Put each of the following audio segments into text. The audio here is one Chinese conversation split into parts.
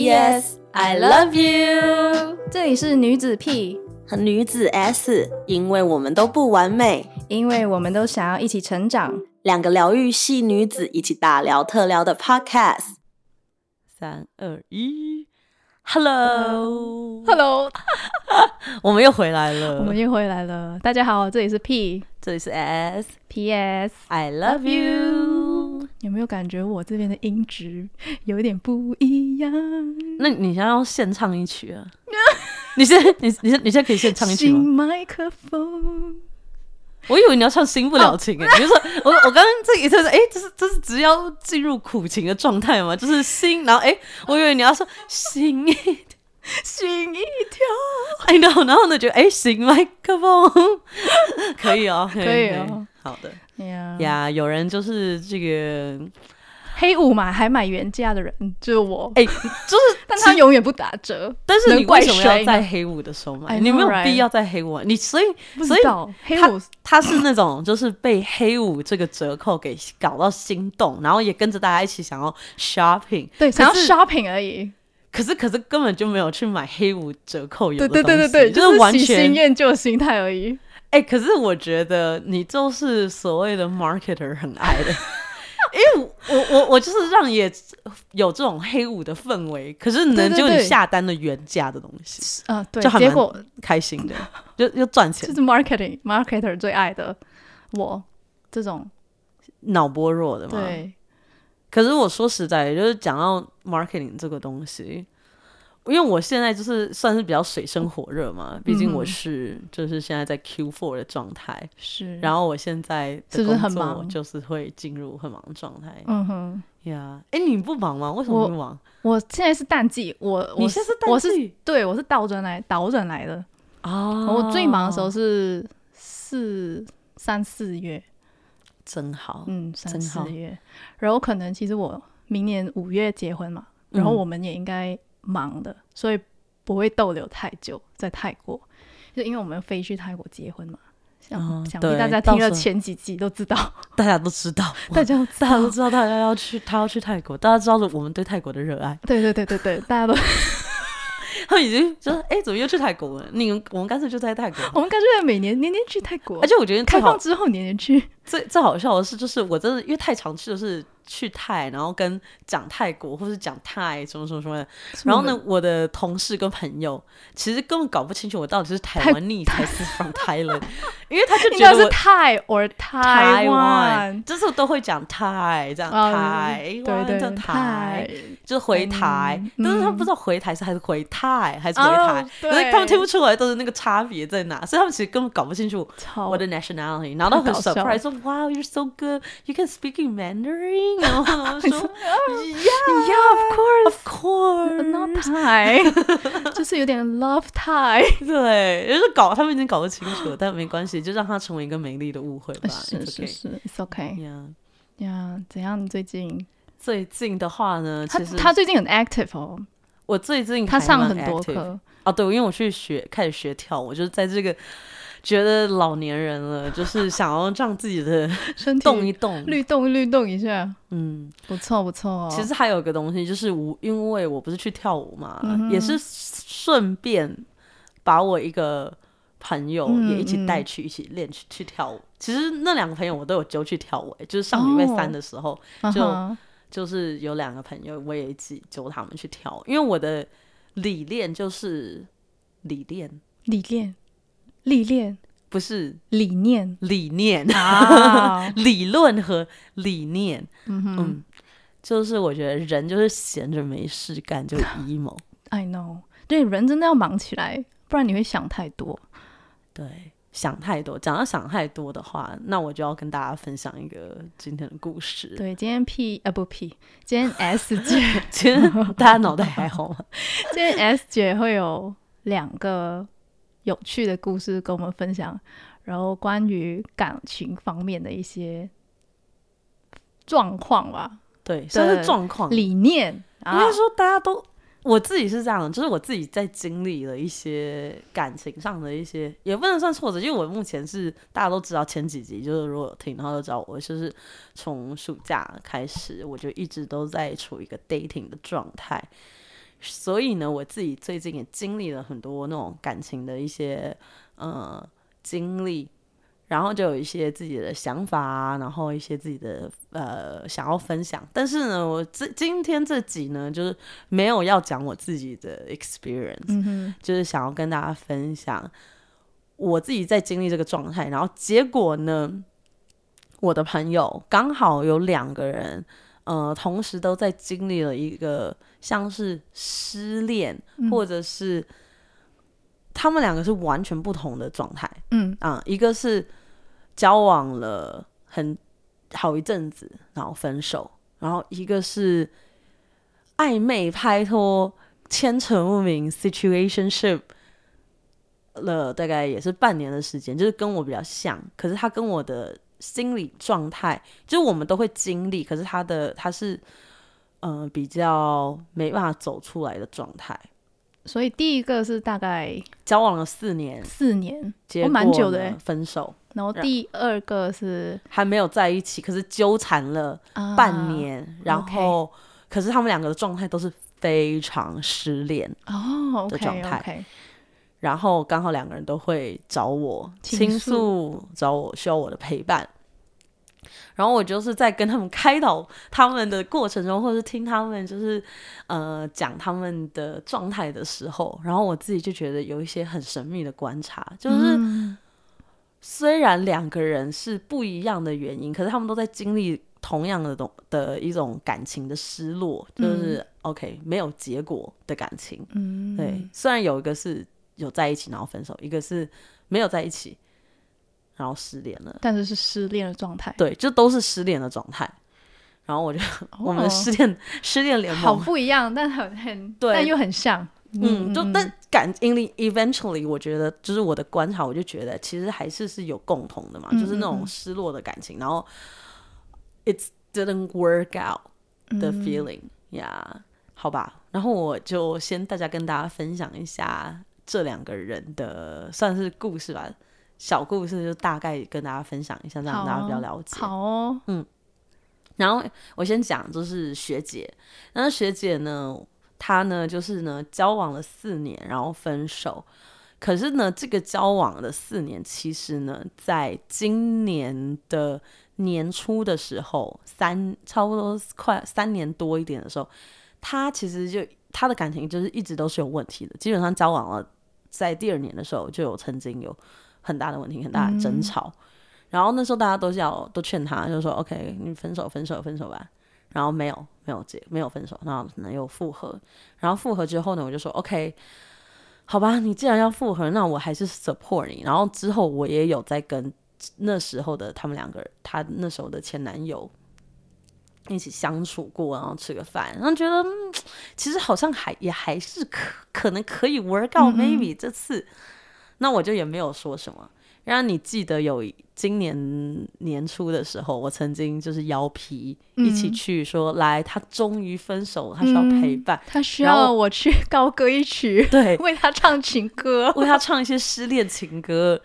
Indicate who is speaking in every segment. Speaker 1: P.S. I love you。
Speaker 2: 这里是女子 P，
Speaker 3: 和女子 S，因为我们都不完美，
Speaker 2: 因为我们都想要一起成长。
Speaker 3: 两个疗愈系女子一起大聊特聊的 Podcast。三二一，Hello，
Speaker 1: Hello，
Speaker 3: 我们又回来了，
Speaker 1: 我们又回来了。大家好，这里是 P
Speaker 3: 这里是 S，I
Speaker 1: P.S.
Speaker 3: love you。
Speaker 1: 有没有感觉我这边的音质有点不一样？
Speaker 3: 那你现在要现唱一曲啊？你现在你你现你现在可以现唱一曲
Speaker 1: 新
Speaker 3: 吗？
Speaker 1: 麦克风，
Speaker 3: 我以为你要唱《新不了情》
Speaker 1: 哦
Speaker 3: 哎、比如说我我刚刚这一次是哎，这是这是只要进入苦情的状态吗？就是心，然后哎、我以为你要说心一
Speaker 1: 心一跳。
Speaker 3: I know，然后呢，觉得哎，行，麦克风 可以 哦，可
Speaker 1: 可以
Speaker 3: 可
Speaker 1: 哦嗯
Speaker 3: 好的
Speaker 1: 呀
Speaker 3: 呀。有人就是这个，
Speaker 1: 黑五嘛，还买原价的人就是我，
Speaker 3: 哎，就是，
Speaker 1: 但他永远不打折。
Speaker 3: 但是你
Speaker 1: 能怪
Speaker 3: 为什么要
Speaker 1: 谁呢
Speaker 3: 在黑五的时候买？
Speaker 1: I
Speaker 3: 你没有
Speaker 1: know, right
Speaker 3: 必要在黑五啊，你所以
Speaker 1: 不
Speaker 3: 所以
Speaker 1: 知道黑
Speaker 3: 他
Speaker 1: 五
Speaker 3: 他是那种就是被黑五这个折扣给搞到心动，然后也跟着大家一起想要 shopping，
Speaker 1: 对，
Speaker 3: 可
Speaker 1: 想要
Speaker 3: 是
Speaker 1: shopping 而已。
Speaker 3: 可是可是根本就没有去买黑五折扣有
Speaker 1: 对
Speaker 3: 的
Speaker 1: 对对
Speaker 3: 东
Speaker 1: 对
Speaker 3: 西
Speaker 1: 对，
Speaker 3: 就是完
Speaker 1: 喜
Speaker 3: 全
Speaker 1: 新厌旧的心态而已。
Speaker 3: 哎、可是我觉得你就是所谓的 marketer 很爱的， 因为我我我就是让也有这种黑五的氛围，可是
Speaker 1: 对
Speaker 3: 能
Speaker 1: 对
Speaker 3: 就你
Speaker 1: 对
Speaker 3: 下单的原价的东西，
Speaker 2: 呃
Speaker 1: 啊，对
Speaker 3: 就，还
Speaker 1: 结
Speaker 3: 蛮
Speaker 1: 果
Speaker 3: 开心的，就 就赚
Speaker 1: 就
Speaker 3: 钱
Speaker 1: 是，marketing marketer 最爱的我这种，
Speaker 3: 脑波弱的嘛。
Speaker 1: 对，
Speaker 3: 可是我说实在，就是讲到 marketing 这个东西，因为我现在就是算是比较水深火热嘛，毕竟我
Speaker 1: 嗯
Speaker 3: 是就是现在在 Q4 的状态，
Speaker 1: 是，
Speaker 3: 然后我现在
Speaker 1: 嗯是
Speaker 3: 的
Speaker 1: 不是很
Speaker 3: 工作
Speaker 1: 忙
Speaker 3: 就是会进入很忙的状态，
Speaker 1: 嗯哼，
Speaker 3: 呀，哎，你不忙吗？为什
Speaker 1: 我
Speaker 3: 么不忙？
Speaker 1: 我现在是淡季，我我
Speaker 3: 你现在是淡
Speaker 1: 我是
Speaker 3: 季
Speaker 1: 对我是倒转来倒转来的，
Speaker 3: 啊
Speaker 1: 我最忙的时候是四三四月，
Speaker 3: 真好，
Speaker 1: 嗯，三
Speaker 3: 真好
Speaker 1: 四月，然后可能其实我明年五月结婚嘛，然后
Speaker 3: 嗯
Speaker 1: 我们也应该忙的，所以不会逗留太久在泰国，就因为我们飞去泰国结婚嘛。想、
Speaker 3: 哦
Speaker 1: 想必
Speaker 3: 对
Speaker 1: 大家
Speaker 3: 到
Speaker 1: 听了
Speaker 3: 时候
Speaker 1: 前几集都知道，
Speaker 3: 大家都知道，
Speaker 1: 大家都知
Speaker 3: 大家
Speaker 1: 道
Speaker 3: 都，知道，大家要去，他要去泰国，大家知道了我们对泰国的热爱，
Speaker 1: 对对对对对，大家都，。
Speaker 3: 他们已经就是哎，怎么又去泰国了？你们我们干脆就在泰国
Speaker 1: 我们干脆每年年年去泰国，
Speaker 3: 而且我觉得
Speaker 1: 哦开
Speaker 3: 最
Speaker 1: 放
Speaker 3: 好
Speaker 1: 之后年年去，
Speaker 3: 最最好笑的是，就是我真的因为太常去，就是去泰，然后跟讲泰国或是讲泰什么什么什么的。然后
Speaker 1: 嗯
Speaker 3: 呢，我的同事跟朋友其实根本搞不清楚我到底是台
Speaker 1: 泰
Speaker 3: 湾腻还 是 from Thailand，因为他就
Speaker 1: 应
Speaker 3: 觉
Speaker 1: 该
Speaker 3: 得
Speaker 1: 是
Speaker 3: 我
Speaker 1: 泰 or 台湾，
Speaker 3: 就是都会讲泰这样，
Speaker 1: 啊
Speaker 3: 台
Speaker 1: 对
Speaker 3: 湾
Speaker 1: 对
Speaker 3: 就台，，就是回台，
Speaker 1: 嗯
Speaker 3: 但是他们
Speaker 1: 嗯
Speaker 3: 不知道回台是还是回泰还是回台
Speaker 1: 哦，
Speaker 3: 所以他们
Speaker 1: 对
Speaker 3: 听不出来都是那个差别在哪，所以他们其实根本搞不清楚
Speaker 1: 超
Speaker 3: 我的 nationality，然后都 很
Speaker 1: 搞哦笑
Speaker 3: surprise 说 Wow you're so good, you can speak in Mandarin，然后我 说
Speaker 1: Yeah, of
Speaker 3: Of course，
Speaker 1: course, not Thai，就是 有点 love Thai。
Speaker 3: 对，就是搞他们已经搞不清楚了，但没关系，就让它成为一个美丽的误会吧，
Speaker 1: 呃是
Speaker 3: it's
Speaker 1: 是
Speaker 3: okay
Speaker 1: 是，It's okay
Speaker 3: 呀。
Speaker 1: 呀。怎样？你最近
Speaker 3: 最近的话呢，
Speaker 1: 他
Speaker 3: 其实
Speaker 1: 他最近很 active 哦，
Speaker 3: 我最近
Speaker 1: 他
Speaker 3: 还
Speaker 1: 上
Speaker 3: 蛮
Speaker 1: 很多
Speaker 3: active
Speaker 1: 课，
Speaker 3: 啊，对，因为我去学开始学跳舞，就是在这个觉得老年人了，就是想要让自己的
Speaker 1: 身体
Speaker 3: 动一动。
Speaker 1: 律动律动一下，
Speaker 3: 嗯，
Speaker 1: 不错不错哦。
Speaker 3: 其实还有一个东西，就是我因为我不是去跳舞嘛，
Speaker 1: 嗯
Speaker 3: 也是顺便把我一个朋友
Speaker 1: 嗯
Speaker 3: 也一起带去，一起练去去跳舞。其实那两个朋友我都有揪去跳舞、欸就是上礼拜三
Speaker 1: 哦
Speaker 3: 的时候，
Speaker 1: 啊
Speaker 3: 就
Speaker 1: 哈
Speaker 3: 就是有两个朋友我也一起揪他们去跳舞，因为我的理念就是理念，
Speaker 1: 历练历练
Speaker 3: 不是
Speaker 1: 理念
Speaker 3: 理念、，
Speaker 1: 啊
Speaker 3: 理论和理念。嗯就是我觉得人就是闲着没事干 就 emo，
Speaker 1: I know，对人真的要忙起来，不然你会想太多。
Speaker 3: 对，想太多。讲到想太多的话，那我就要跟大家分享一个今天的故事。
Speaker 1: 对，今天 P 呃不 P，今天 S 姐，
Speaker 3: 今 天大家脑袋还好吗？
Speaker 1: 今天 S 姐会有两个有趣的故事跟我们分享，然后关于感情方面的一些状况吧、
Speaker 3: 对，算是状况。应
Speaker 1: 理念啊
Speaker 3: 该，嗯说大家都，我自己是这样的，就是我自己在经历了一些感情上的一些，也不能算挫折，因为我目前是大家都知道前几集，就是如果有听，然后就知道我就是从暑假开始，我就一直都在处于一个 dating 的状态。所以呢，我自己最近也经历了很多那种感情的一些呃经历，然后就有一些自己的想法啊，然后一些自己的呃想要分享。但是呢，我这今天这集呢，就是没有要讲我自己的 experience，、就是
Speaker 1: 嗯
Speaker 3: 想要跟大家分享我自己在经历这个状态。然后结果呢，我的朋友刚好有两个人，呃，同时都在经历了一个像是失恋，
Speaker 1: 嗯
Speaker 3: 或者是他们两个是完全不同的状态。
Speaker 1: 嗯
Speaker 3: 啊、一个是交往了很好一阵子，然后分手，然后一个是暧昧拍拖，牵扯不明 situationship 了，大概也是半年的时间，就是跟我比较像，可是他跟我的心理状态，就是我们都会经历，可是他的他是。呃，比较没办法走出来的状态，
Speaker 1: 所以第一个是大概
Speaker 3: 交往了四年，
Speaker 1: 四年，
Speaker 3: 结
Speaker 1: 哦
Speaker 3: 果
Speaker 1: 蛮久的
Speaker 3: 呢
Speaker 1: 欸
Speaker 3: 分手，
Speaker 1: 然后
Speaker 3: 然
Speaker 1: 第二个是、
Speaker 3: 还没有在一起，可是纠缠了
Speaker 1: 啊
Speaker 3: 半年，然后、可是他们两个的状态都是非常失恋，
Speaker 1: 哦
Speaker 3: 的
Speaker 1: ，OK
Speaker 3: 状态
Speaker 1: OK，
Speaker 3: 然后刚好两个人都会找我
Speaker 1: 倾
Speaker 3: 倾诉，找我需要我的陪伴。然后我就是在跟他们开导他们的过程中，或者是听他们就是呃讲他们的状态的时候，然后我自己就觉得有一些很神秘的观察，就是
Speaker 1: 嗯
Speaker 3: 虽然两个人是不一样的原因，可是他们都在经历同样的东的一种感情的失落，就是、OK 没有结果的感情。
Speaker 1: 嗯，
Speaker 3: 对，虽然有一个是有在一起然后分手，一个是没有在一起然后失联了，
Speaker 1: 但是是失恋的状态，
Speaker 3: 对，就都是失联的状态。然后我就、我们的
Speaker 1: 哦
Speaker 3: 失恋失恋联
Speaker 1: 好
Speaker 3: 盟，
Speaker 1: 不一样，但很很，
Speaker 3: 对
Speaker 1: 但又很像，
Speaker 3: 嗯，就但感因为 eventually，我觉得就是我的观察，我就觉得其实还是是有共同的嘛，就是那种失落的感情，然后 it didn't work out
Speaker 1: 嗯
Speaker 3: the feeling，呀、好吧，然后我就先大家跟大家分享一下这两个人的算是故事吧，小故事就大概跟大家分享一下，让大家比较了解。
Speaker 1: 好哦，
Speaker 3: 然后我先讲，就是学姐，那学姐呢，她呢就是呢交往了四年，然后分手。可是呢，这个交往的四年，其实呢，在今年的年初的时候，三差不多快三年多一点的时候，她其实就她的感情就是一直都是有问题的，基本上交往了，在第二年的时候就有曾经有很大的问题，很大的争吵。然后那时候大家都要都劝他，就说 OK，你分手，分手，分手吧。然后没有，没有结，没有分手，然后可能又复合。然后复合之后呢，我就说 OK，好吧，你既然要复合，那我还是 support 你。然后之后我也有在跟那时候的他们两个人，他那时候的前男友一起相处过，然后吃个饭，然后觉得、嗯、其实好像还也还是可可能可以 work out maybe 这次。那我就也没有说什么。然后你记得有一今年年初的时候，我曾经就是邀皮一起去说，来，他终于分手了，他需要陪伴，
Speaker 1: 他需
Speaker 3: 然后
Speaker 1: 要我去高歌一曲，
Speaker 3: 对，
Speaker 1: 为他唱情歌，
Speaker 3: 为他唱一些失恋情歌，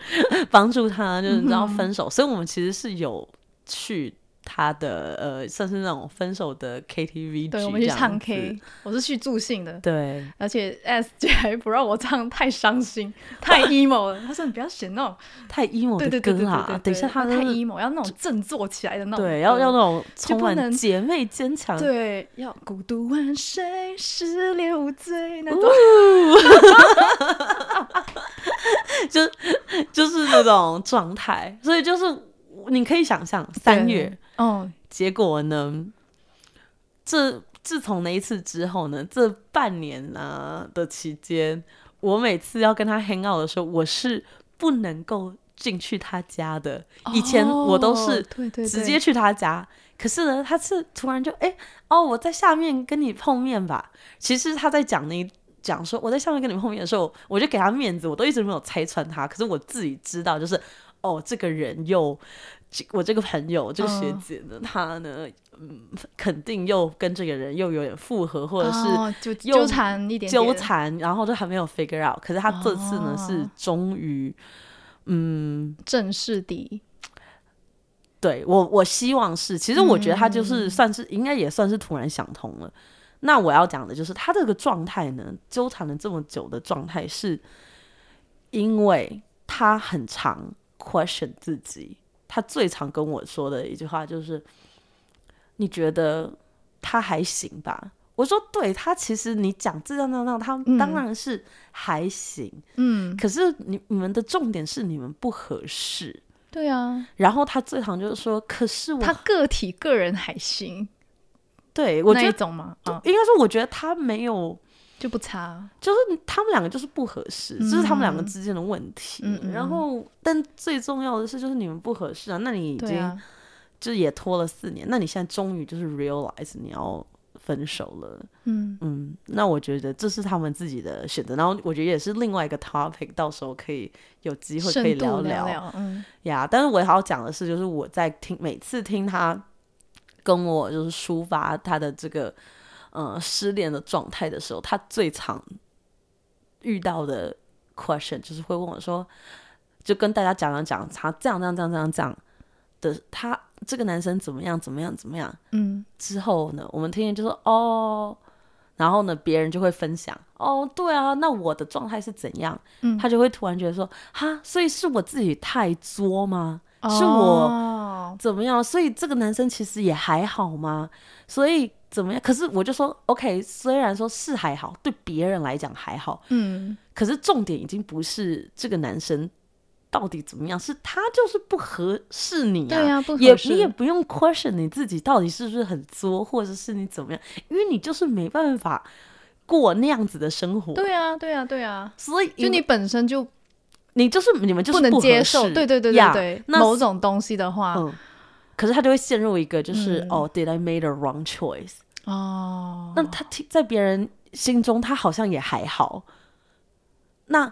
Speaker 3: 帮助他就是你知
Speaker 1: 嗯
Speaker 3: 道分手，所以我们其实是有去他的呃，算是那种分手的 KTV
Speaker 1: 对，
Speaker 3: 局
Speaker 1: 我们去
Speaker 3: 这样
Speaker 1: 唱
Speaker 3: 子
Speaker 1: K，我是去助兴的。
Speaker 3: 对，
Speaker 1: 而且 S 姐还不让我唱，太伤心，太 emo 了。她说：“你不要选那种，
Speaker 3: 太 emo
Speaker 1: 对对
Speaker 3: 的
Speaker 1: 对
Speaker 3: 歌
Speaker 1: 对对
Speaker 3: 啦
Speaker 1: 对，，
Speaker 3: 啊等一下他
Speaker 1: 她太 emo，要那种振作起来的那种歌，
Speaker 3: 对，要要那种充
Speaker 1: 不能
Speaker 3: 满姐妹坚强，
Speaker 1: 对，要孤独万岁，失恋无罪那种。
Speaker 3: 哦就就是那种状态，所以就是你可以想象三
Speaker 1: 对
Speaker 3: 月，
Speaker 1: 哦，
Speaker 3: 结果呢，这自从那一次之后呢，这半年啊的期间，我每次要跟他 hang out 的时候，我是不能够进去他家的。以前我都
Speaker 1: 哦
Speaker 3: 是
Speaker 1: 对对
Speaker 3: 直
Speaker 1: 对
Speaker 3: 接去他家，可是呢，他是突然就哎、哦，我在下面跟你碰面吧。其实他在讲那一讲说我在下面跟你碰面的时候，我就给他面子，我都一直没有拆穿他。可是我自己知道，就是哦，这个人又这我这个朋友这个学
Speaker 1: 嗯
Speaker 3: 姐呢，她呢，嗯，肯定又跟这个人又有点复合，或者是
Speaker 1: 哦就
Speaker 3: 又
Speaker 1: 纠缠一点点
Speaker 3: 纠，缠，然后就还没有 figure out。可是他这次呢、
Speaker 1: 哦
Speaker 3: 是终于，嗯，
Speaker 1: 正式的
Speaker 3: 对我我希望是，其实我觉得他就是算是、应该也算是突然想通了。那我要讲的就是，他这个状态呢，纠缠了这么久的状态，是因为他很常 question 自己。他最常跟我说的一句话就是：“你觉得他还行吧？”我说：“对他，其实你讲这样那样那样，他当然是还行。
Speaker 1: 嗯，
Speaker 3: 可是你你们的重点是你们不合适。
Speaker 1: 对啊，
Speaker 3: 然后他最常就是说：‘可是我
Speaker 1: 他个体个人还行，
Speaker 3: 对我觉
Speaker 1: 那一
Speaker 3: 得
Speaker 1: 种嘛，啊、
Speaker 3: 应该说，我觉得他没有。’
Speaker 1: 就不差。
Speaker 3: 就是他们两个就是不合适，这是他们两个
Speaker 1: 嗯
Speaker 3: 之间的问题。
Speaker 1: 嗯嗯
Speaker 3: 然后，但最重要的是，就是你们不合适啊。那你已
Speaker 1: 对
Speaker 3: 经、
Speaker 1: 啊，
Speaker 3: 就是也拖了四年，那你现在终于就是 realize 你要分手了。
Speaker 1: 嗯，
Speaker 3: 嗯，那我觉得这是他们自己的选择。然后我觉得也是另外一个 topic，到时候可以有机会可以
Speaker 1: 深度
Speaker 3: 聊
Speaker 1: 聊，嗯
Speaker 3: 呀，但是我还要讲的是，就是我在听每次听他跟我就是抒发他的这个呃失恋的状态的时候，他最常遇到的 question 就是会问我说，就跟大家讲讲讲他这样这样这样这样这样的，他这个男生怎么样怎么样怎么样
Speaker 1: 嗯，
Speaker 3: 之后呢，我们听见就说哦。然后呢，别人就会分享哦，对啊，那我的状态是怎样？
Speaker 1: 嗯
Speaker 3: 他就会突然觉得说，哈，所以是我自己太作吗？是我
Speaker 1: 我，
Speaker 3: 怎么样？所以这个男生其实也还好吗？所以怎么样？可是我就说，OK，虽然说是还好，对别人来讲还好，
Speaker 1: 嗯
Speaker 3: 可是重点已经不是这个男生到底怎么样，是他就是不合适你
Speaker 1: 对啊不合
Speaker 3: 嗯也
Speaker 1: 适
Speaker 3: 你也不用 question 你自己到底是不是很作，或者是你怎么样，因为你就是没办法过那样子的生活。
Speaker 1: 对啊，对啊，对啊，
Speaker 3: 所以
Speaker 1: 就你本身就
Speaker 3: 你就是你们就是
Speaker 1: 能
Speaker 3: 合
Speaker 1: 接受，
Speaker 3: 适
Speaker 1: 对对对对
Speaker 3: 呀
Speaker 1: 对，
Speaker 3: 那
Speaker 1: 某种东西的话，
Speaker 3: 嗯，可是他就会陷入一个就是、
Speaker 1: 嗯
Speaker 3: 哦，Did I made a wrong choice？、
Speaker 1: 哦，
Speaker 3: 那他听在别人心中，他好像也还好。那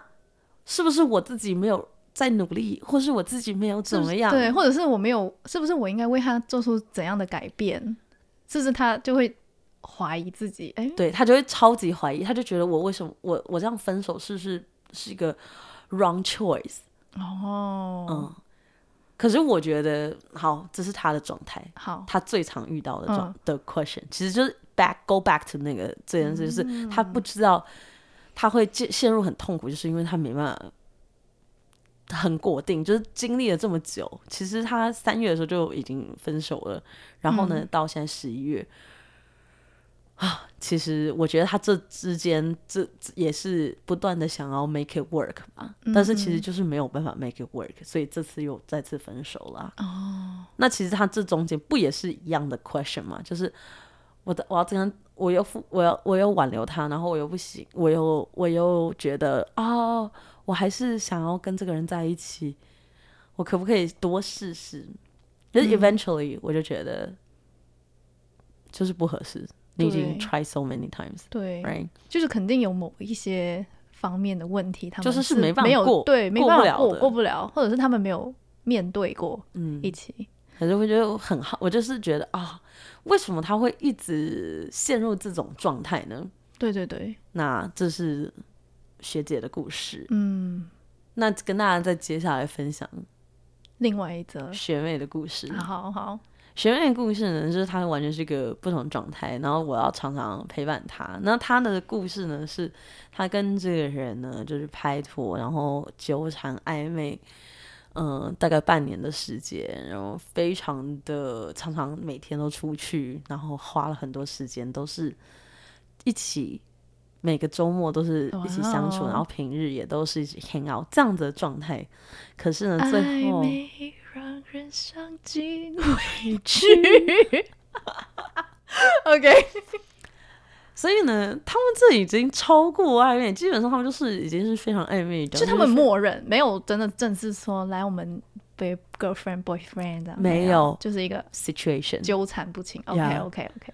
Speaker 3: 是不是我自己没有在努力，或是我自己没有
Speaker 1: 是
Speaker 3: 怎
Speaker 1: 不
Speaker 3: 么
Speaker 1: 是
Speaker 3: 样？
Speaker 1: 对，或者是我没有，是不是我应该为他做出怎样的改变？是不是他就会怀疑自己？哎，
Speaker 3: 对他就会超级怀疑，他就觉得我为什么我我这样分手是不是是一个 wrong choice？
Speaker 1: 哦，
Speaker 3: 嗯，可是我觉得好，这是他的状态。
Speaker 1: 好，
Speaker 3: 他最常遇到的状、
Speaker 1: 嗯
Speaker 3: 的 question，其实就是 back go back to 那个这件事，就是他不知道他会陷陷入很痛苦，就是因为他没办法很果定，就是经历了这么久。其实他三月的时候就已经分手了，然后呢，到现在十一月啊，其实我觉得他这之间这这也是不断的想要 make it work 嘛，但是其实就是没有办法 make it work，所以这次又再次分手了啊。
Speaker 1: 哦
Speaker 3: 那其实他这中间不也是一样的 question 吗？就是我的我要这样，我又付我要我又挽留他，然后我又不行，我又我又觉得哦，我还是想要跟这个人在一起，我可不可以多试试？可是
Speaker 1: 嗯
Speaker 3: eventually 我就觉得就是不合适，你已经
Speaker 1: 对
Speaker 3: try so many times。
Speaker 1: 对，
Speaker 3: Right，
Speaker 1: 就是肯定有某一些方面的问题，他们
Speaker 3: 就是
Speaker 1: 是
Speaker 3: 是没办法
Speaker 1: 有
Speaker 3: 过
Speaker 1: 对，没
Speaker 3: 过
Speaker 1: 办
Speaker 3: 不
Speaker 1: 法
Speaker 3: 了
Speaker 1: 过
Speaker 3: 的
Speaker 1: 过不了，或者是他们没有面对过
Speaker 3: 嗯，
Speaker 1: 一起。
Speaker 3: 可是我觉得很好，我就是觉得啊、为什么他会一直陷入这种状态呢？
Speaker 1: 对对对，
Speaker 3: 那这是学姐的故事，
Speaker 1: 嗯，
Speaker 3: 那跟大家再接下来分享
Speaker 1: 另外一则，
Speaker 3: 学妹的故事。
Speaker 1: 好好，
Speaker 3: 学妹的故事呢，就是她完全是一个不同状态，然后我要常常陪伴她。那她的故事呢，是她跟这个人呢，就是拍拖，然后纠缠暧昧，嗯、大概半年的时间，然后非常的常常每天都出去，然后花了很多时间，都是一起。每个周末都是一起相处
Speaker 1: 哇哦
Speaker 3: 然后平日也都是一起 hang out 这样子的状态。可是呢，最
Speaker 1: 暧
Speaker 3: 后
Speaker 1: 昧让人伤 尽 委屈。OK，
Speaker 3: 所以呢，他们这已经超过暧昧，基本上他们就是已经是非常暧昧的，
Speaker 1: 就他们
Speaker 3: 是非
Speaker 1: 默认没有真的正式说来我们 be girlfriend boyfriend 的，
Speaker 3: 没有
Speaker 1: 就是一个
Speaker 3: situation。
Speaker 1: 纠缠不清。OK
Speaker 3: Yeah
Speaker 1: OK OK，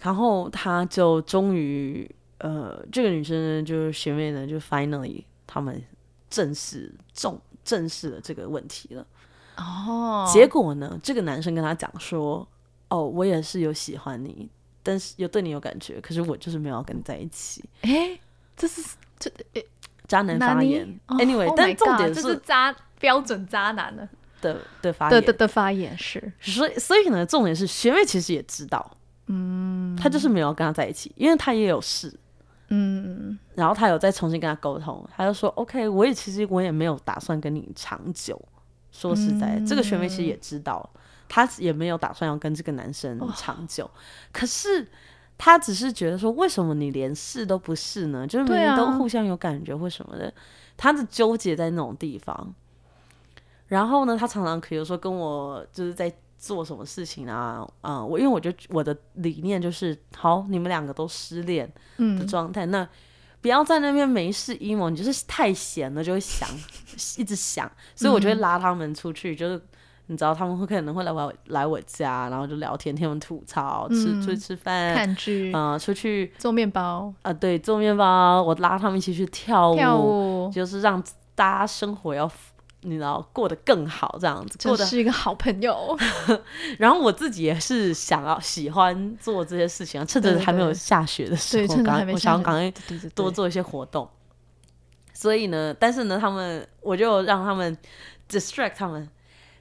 Speaker 3: 然后他就终于，呃，这个女生呢，就是学妹呢，就 finally 他们正式重正视了这个问题了。
Speaker 1: 哦，
Speaker 3: 结果呢，这个男生跟她讲说：“哦，我也是有喜欢你，但是有对你有感觉，可是我就是没有要跟你在一起。
Speaker 1: 哎，这是这诶
Speaker 3: 渣男
Speaker 1: 哪
Speaker 3: 发
Speaker 1: 里
Speaker 3: 言、
Speaker 1: 哦
Speaker 3: a n y w a y
Speaker 1: oh my
Speaker 3: 但重
Speaker 1: God，
Speaker 3: 点
Speaker 1: 这
Speaker 3: 是
Speaker 1: 是渣标准渣男的
Speaker 3: 的的发
Speaker 1: 的
Speaker 3: 言
Speaker 1: 的的发言是，
Speaker 3: 所以所以呢，重点是学妹其实也知道，嗯，他就是没有跟他在一起，因为他也有事，嗯，然后他有再重新跟他沟通，他就说 OK，我也其实我也没有打算跟你长久，说实在，这个学妹其实也知道，她也没有打算要跟这个男生长久，可是。她只是觉得说，为什么你连试都不试呢？就是明
Speaker 1: 对
Speaker 3: 明
Speaker 1: 啊
Speaker 3: 都互相有感觉或什么的，她的纠结在那种地方。然后呢，他常常比如说跟我就是在做什么事情啊，啊、我因为我就我的理念就是，好，你们两个都失恋
Speaker 1: 嗯
Speaker 3: 的状态，那不要在那边没事 emo，你就是太闲了就会想， 一直想，所以我就
Speaker 1: 嗯
Speaker 3: 会拉他们出去，就是。你知道他们会可能会来我来我家，然后就聊天，听他们吐槽，吃出去吃饭，
Speaker 1: 嗯看剧、
Speaker 3: 啊、出去
Speaker 1: 做面包、
Speaker 3: 啊、对，做面包，我拉他们一起去跳舞，
Speaker 1: 跳舞，
Speaker 3: 就是让大家生活要你知道过得更好这样子，过
Speaker 1: 真
Speaker 3: 得。
Speaker 1: 是一个好朋友。
Speaker 3: 然后我自己也是想要喜欢做这些事情啊，趁着
Speaker 1: 对对
Speaker 3: 还没有下雪的时
Speaker 1: 对，
Speaker 3: 候，
Speaker 1: 趁着
Speaker 3: 赶
Speaker 1: 还
Speaker 3: 快
Speaker 1: 没
Speaker 3: 我
Speaker 1: 下
Speaker 3: 想要
Speaker 1: 雪
Speaker 3: 赶快
Speaker 1: 对 对对
Speaker 3: 多做一些活动。所以呢，但是呢，他们我就让他们 distract 他们，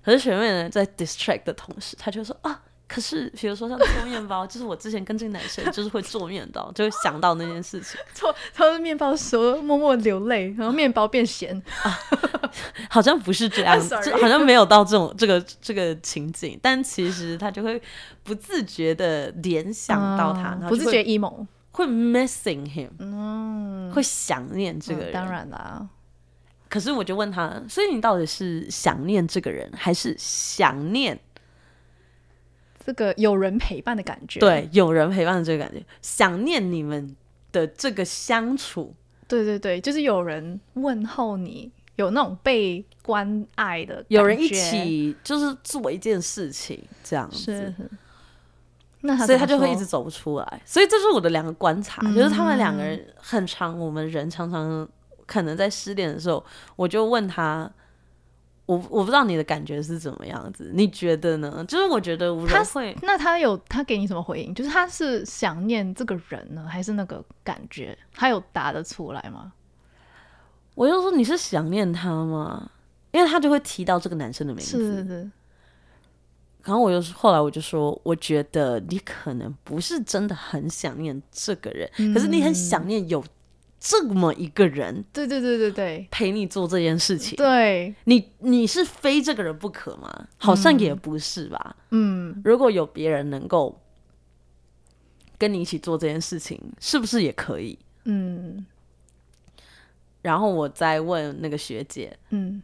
Speaker 3: 可是学妹呢在 distract 的同时，她就说啊，可是比如说像做面包， 就是我之前跟这个男生就是会做面包，就会想到那件事情，
Speaker 1: 抽抽着面包的时候默默流泪，然后面包变咸。
Speaker 3: 好像不是这 样，
Speaker 1: I'm sorry
Speaker 3: 就好像没有到这种这个这个情景，但其实他就会不自觉的联想到他，
Speaker 1: 嗯
Speaker 3: 然后
Speaker 1: 不
Speaker 3: 就
Speaker 1: 自
Speaker 3: 会
Speaker 1: 觉 emo，
Speaker 3: 会 missing him，会想念这个人。
Speaker 1: 嗯当，然啦，
Speaker 3: 可是我就问他，所以你到底是想念这个人，还是想念
Speaker 1: 这个有人陪伴的感觉，
Speaker 3: 对有人陪伴的这个感觉，想念你们的这个相处？
Speaker 1: 对对对，就是有人问候你，有那种被关爱的感觉，
Speaker 3: 有人一起就是做一件事情这样子
Speaker 1: 是，。那他
Speaker 3: 所以
Speaker 1: 怎
Speaker 3: 他就
Speaker 1: 么
Speaker 3: 会
Speaker 1: 说嗯
Speaker 3: 一直走不出来。所以这是我的两个观察，就是他们两个人很长，我们人常常可能在失恋的时候，我就问他，我我不知道你的感觉是怎么样子，你觉得呢？就是我觉得我
Speaker 1: 他
Speaker 3: 人会
Speaker 1: 那他有他给你什么回应？就是他是想念这个人呢，还是那个感觉？他有答得出来吗？
Speaker 3: 我就说你是想念他吗？因为他就会提到这个男生的名
Speaker 1: 是是
Speaker 3: 字，
Speaker 1: 是，
Speaker 3: 然后我就后来我就说，我觉得你可能不是真的很想念这个人，
Speaker 1: 嗯
Speaker 3: 可是你很想念有这么一个人
Speaker 1: 对对对对对
Speaker 3: 陪你做这件事情。
Speaker 1: 对，
Speaker 3: 你你是非这个人不可吗？好像也不是吧。
Speaker 1: 嗯，
Speaker 3: 如果有别人能够跟你一起做这件事情，是不是也可以？
Speaker 1: 嗯
Speaker 3: 然后我再问那个学姐，
Speaker 1: 嗯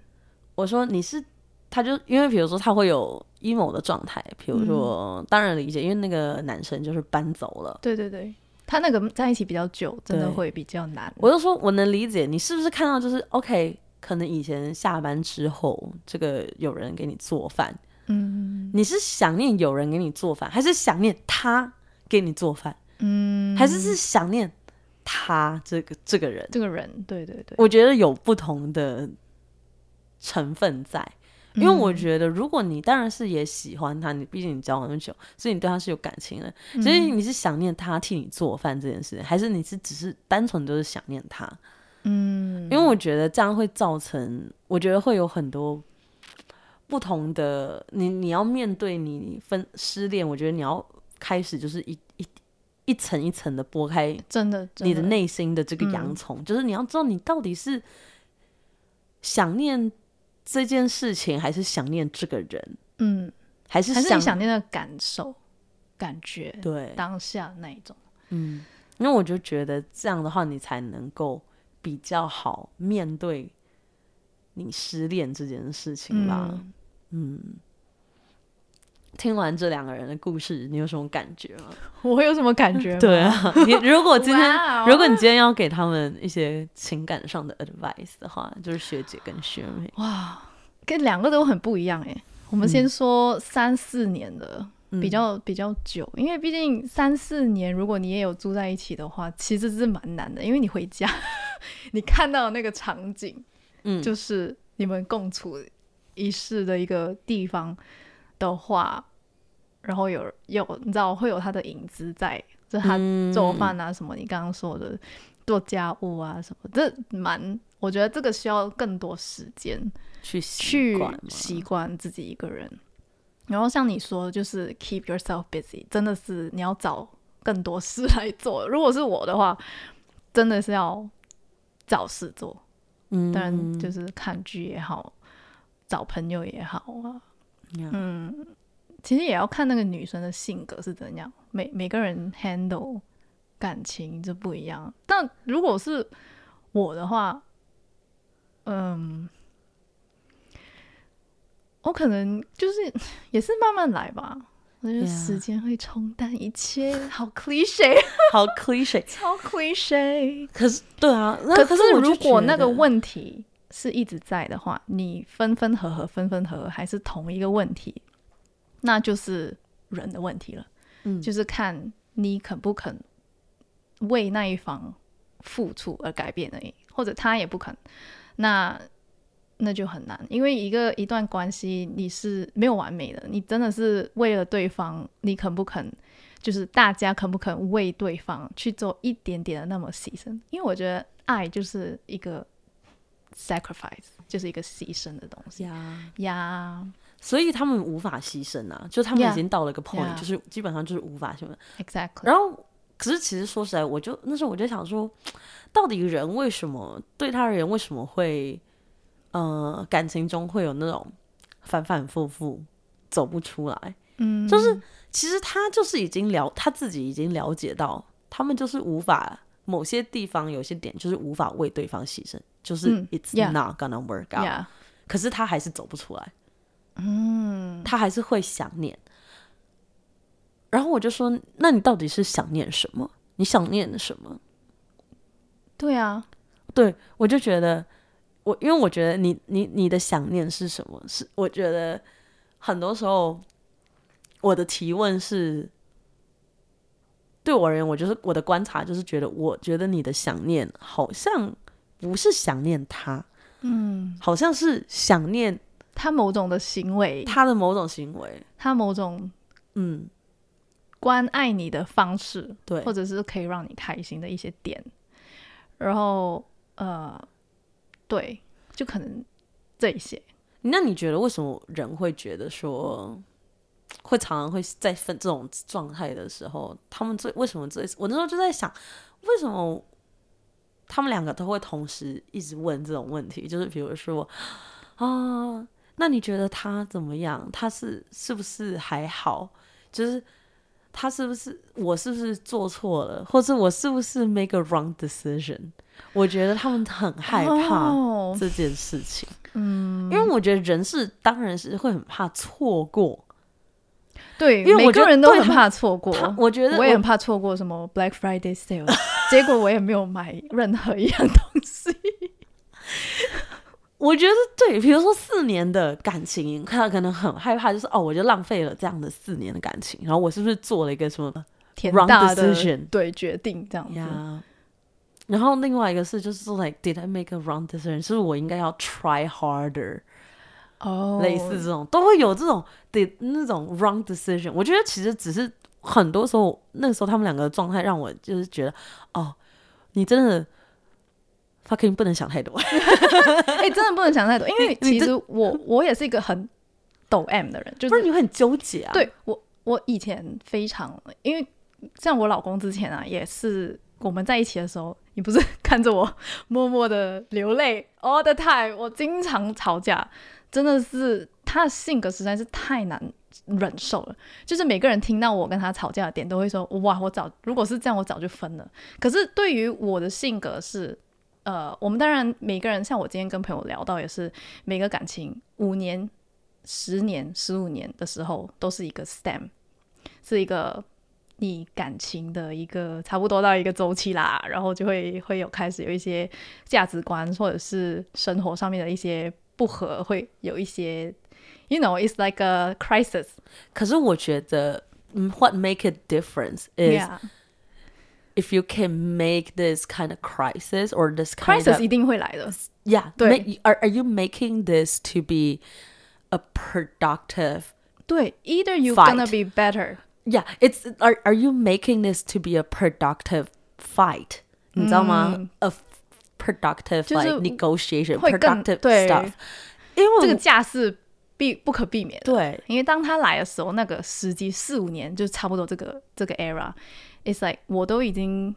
Speaker 3: 我说你是，他就因为比如说他会有 emo 的状态，比如说、当然理解，因为那个男生就是搬走了，。
Speaker 1: 对对对，他那个在一起比较久，真的
Speaker 3: 对
Speaker 1: 会比较难。
Speaker 3: 我就说我能理解，你是不是看到就是 OK，可能以前下班之后，这个有人给你做饭，
Speaker 1: 嗯
Speaker 3: 你是想念有人给你做饭，还是想念他给你做饭？嗯，还是是想念他这个这个人，？
Speaker 1: 这个人，对对对，
Speaker 3: 我觉得有不同的成分在，因为
Speaker 1: 嗯
Speaker 3: 我觉得如果你当然是也喜欢他，你毕竟你交往那么久，所以你对他是有感情的，所
Speaker 1: 嗯
Speaker 3: 以你是想念他替你做饭这件事，还是你是只是单纯就是想念他？
Speaker 1: 嗯
Speaker 3: 因为我觉得这样会造成，我觉得会有很多不同的，你你要面对你分失恋，我觉得你要开始就是一一一层一层的剥开
Speaker 1: 真的，嗯真
Speaker 3: 你的内心的这个洋葱，就是你要知道你到底是想念这件事情，还是想念这个人，
Speaker 1: 嗯，
Speaker 3: 还是
Speaker 1: 还是你想念的感受、感觉，
Speaker 3: 对，
Speaker 1: 当下那一种，
Speaker 3: 嗯，因为我就觉得这样的话，你才能够比较好面对你失恋这件事情吧。
Speaker 1: 嗯
Speaker 3: 听完这两个人的故事，你有什么感觉吗？
Speaker 1: 我会有什么感觉？，
Speaker 3: 啊，你如果今天
Speaker 1: 哇哦
Speaker 3: 如果你今天要给他们一些情感上的 advice 的话，就是学姐跟学妹，
Speaker 1: 哇，跟两个都很不一样哎。我们先说三四年的，
Speaker 3: 嗯
Speaker 1: 比较比较久，因为毕竟三四年，如果你也有住在一起的话，其实是蛮难的，因为你回家， 你看到的那个场景，
Speaker 3: 嗯
Speaker 1: 就是你们共处一室的一个地方的话，然后有有你知道会有他的影子在，就他
Speaker 3: 嗯
Speaker 1: 做饭啊什么，你刚刚说的做家务啊什么，这蛮我觉得这个需要更多时间
Speaker 3: 去习
Speaker 1: 去
Speaker 3: 惯嘛
Speaker 1: 习惯自己一个人。然后像你说的，就是 keep yourself busy，真的是你要找更多事来做。如果是我的话，真的是要找事做，
Speaker 3: 嗯
Speaker 1: 当然就是看剧也好，找朋友也好啊。
Speaker 3: Yeah
Speaker 1: 嗯，其实也要看那个女生的性格是怎样，每每个人 handle 感情就不一样。但如果是我的话，嗯，我可能就是也是慢慢来吧。我觉得
Speaker 3: Yeah
Speaker 1: 时间会冲淡一切，好 cliche，
Speaker 3: 好 cliche。
Speaker 1: 超 cliche。
Speaker 3: 可是，对啊，那
Speaker 1: 可
Speaker 3: 可
Speaker 1: 是
Speaker 3: 我就
Speaker 1: 如
Speaker 3: 觉
Speaker 1: 果那个
Speaker 3: 得
Speaker 1: 问题是一直在的话，你分分合合，分分合合，还是同一个问题，那就是人的问题了。
Speaker 3: 嗯
Speaker 1: 就是看你肯不肯为那一方付出而改变而已，或者他也不肯，那那就很难。因为一个一段关系你是没有完美的，你真的是为了对方，你肯不肯，就是大家肯不肯为对方去做一点点的那么牺牲？因为我觉得爱就是一个 sacrifice，就是一个牺牲的东西
Speaker 3: 呀，
Speaker 1: 呀。
Speaker 3: 所以他们无法牺牲啊，就他们
Speaker 1: Yeah
Speaker 3: 已经到了一个 point，
Speaker 1: Yeah
Speaker 3: 就是基本上就是无法牺牲。
Speaker 1: Exactly，
Speaker 3: 然后，可是其实说实在，我就那时候我就想说，到底人为什么对他人为什么会，呃，感情中会有那种反反复复走不出来？
Speaker 1: 嗯，
Speaker 3: 就是其实他就是已经了，他自己已经了解到，他们就是无法某些地方有些点就是无法为对方牺牲，就是
Speaker 1: 嗯
Speaker 3: it's
Speaker 1: yeah
Speaker 3: not gonna work out，、
Speaker 1: yeah，
Speaker 3: 可是他还是走不出来。
Speaker 1: 嗯
Speaker 3: 他还是会想念。然后我就说：“那你到底是想念什么？你想念什么
Speaker 1: 对啊，？”
Speaker 3: 对我就觉得，我因为我觉得你你你的想念是什么？是我觉得很多时候我的提问是，对我而言，我就是我的观察就是觉得，我觉得你的想念好像不是想念他，
Speaker 1: 嗯，
Speaker 3: 好像是想念
Speaker 1: 他某种的行为，
Speaker 3: 他的某种行为。
Speaker 1: 他某种
Speaker 3: 嗯，
Speaker 1: 关爱你的方式，
Speaker 3: 对
Speaker 1: 或者是可以让你开心的一些点，然后呃，对，就可能这一些，
Speaker 3: 那你觉得为什么人会觉得说，会常常会在分这种状态的时候，他们最为什么最？我那时候就在想，为什么他们两个都会同时一直问这种问题？就是比如说啊，那你觉得他怎么样？他是是不是还好？就是他是不是我是不是做错了，或者我是不是 make a wrong decision？我觉得他们很害怕。
Speaker 1: 哦
Speaker 3: 这件事情。嗯，因为我觉得人是当然是会很怕错过。
Speaker 1: 对，
Speaker 3: 因为
Speaker 1: 每
Speaker 3: 我觉
Speaker 1: 个
Speaker 3: 得
Speaker 1: 人都
Speaker 3: 对
Speaker 1: 很
Speaker 3: 他
Speaker 1: 怕错过，
Speaker 3: 他我觉得
Speaker 1: 我也很怕错过什么 Black Friday sale，结果我也没有买任何一样东西，
Speaker 3: 我觉得对，比如说四年的感情，他可能很害怕，就是哦，我就浪费了这样的四年的感情，然后我是不是做了一个什么
Speaker 1: 天
Speaker 3: Wrong
Speaker 1: 大的
Speaker 3: decision
Speaker 1: 对决定这样子
Speaker 3: 呀？然后另外一个是，就是说 like did I make a wrong decision？是不是我应该要 try harder？、
Speaker 1: 哦，
Speaker 3: 类似 这种都会有这种的那种 wrong decision。我觉得其实只是很多时候那时候他们两个的状态让我就是觉得，哦，你真的 fucking 不能想太多。
Speaker 1: 哎、真的不能想太多，因为
Speaker 3: 你
Speaker 1: 其实我我也是一个很抖 M 的人，就
Speaker 3: 不然
Speaker 1: 是
Speaker 3: 你会很纠结啊。，
Speaker 1: 对我我以前非常，因为像我老公之前啊，也是我们在一起的时候，你不是 看着我默默的流泪 all the time，我经常吵架，真的是他的性格实在是太难忍受了。就是每个人听到我跟他吵架的点，都会说哇，我早如果是这样，我早就分了。可是对于我的性格是。呃，我们当然每个人，像我今天跟朋友聊到，也是每个感情五年十年、十五年的时候，都是一个 stem，是一个你感情的一个差不多到一个周期啦，然后就会会有开始有一些价值观或者是生活上面的一些不合，会有一些，you know，it's like a crisis。
Speaker 3: 可是我觉得，嗯，what make a difference is
Speaker 1: Yeah，crisis
Speaker 3: if you can make this kind of crisis or this kind of
Speaker 1: 一定会来的。
Speaker 3: yeah，
Speaker 1: 对
Speaker 3: make- are are you making this to be a productive
Speaker 1: 对，either you
Speaker 3: Fight
Speaker 1: gonna be better。
Speaker 3: Yeah, it's are are you making this to be a productive fight？、你知道吗？A f- productive
Speaker 1: 嗯就是
Speaker 3: like negotiation,
Speaker 1: 会更
Speaker 3: productive
Speaker 1: 对
Speaker 3: stuff。因为我
Speaker 1: 这个架势避不可避免的。
Speaker 3: 嗯对，
Speaker 1: 因为当他来的时候，那个时机四五年就差不多这个这个 era，it's like 我都已经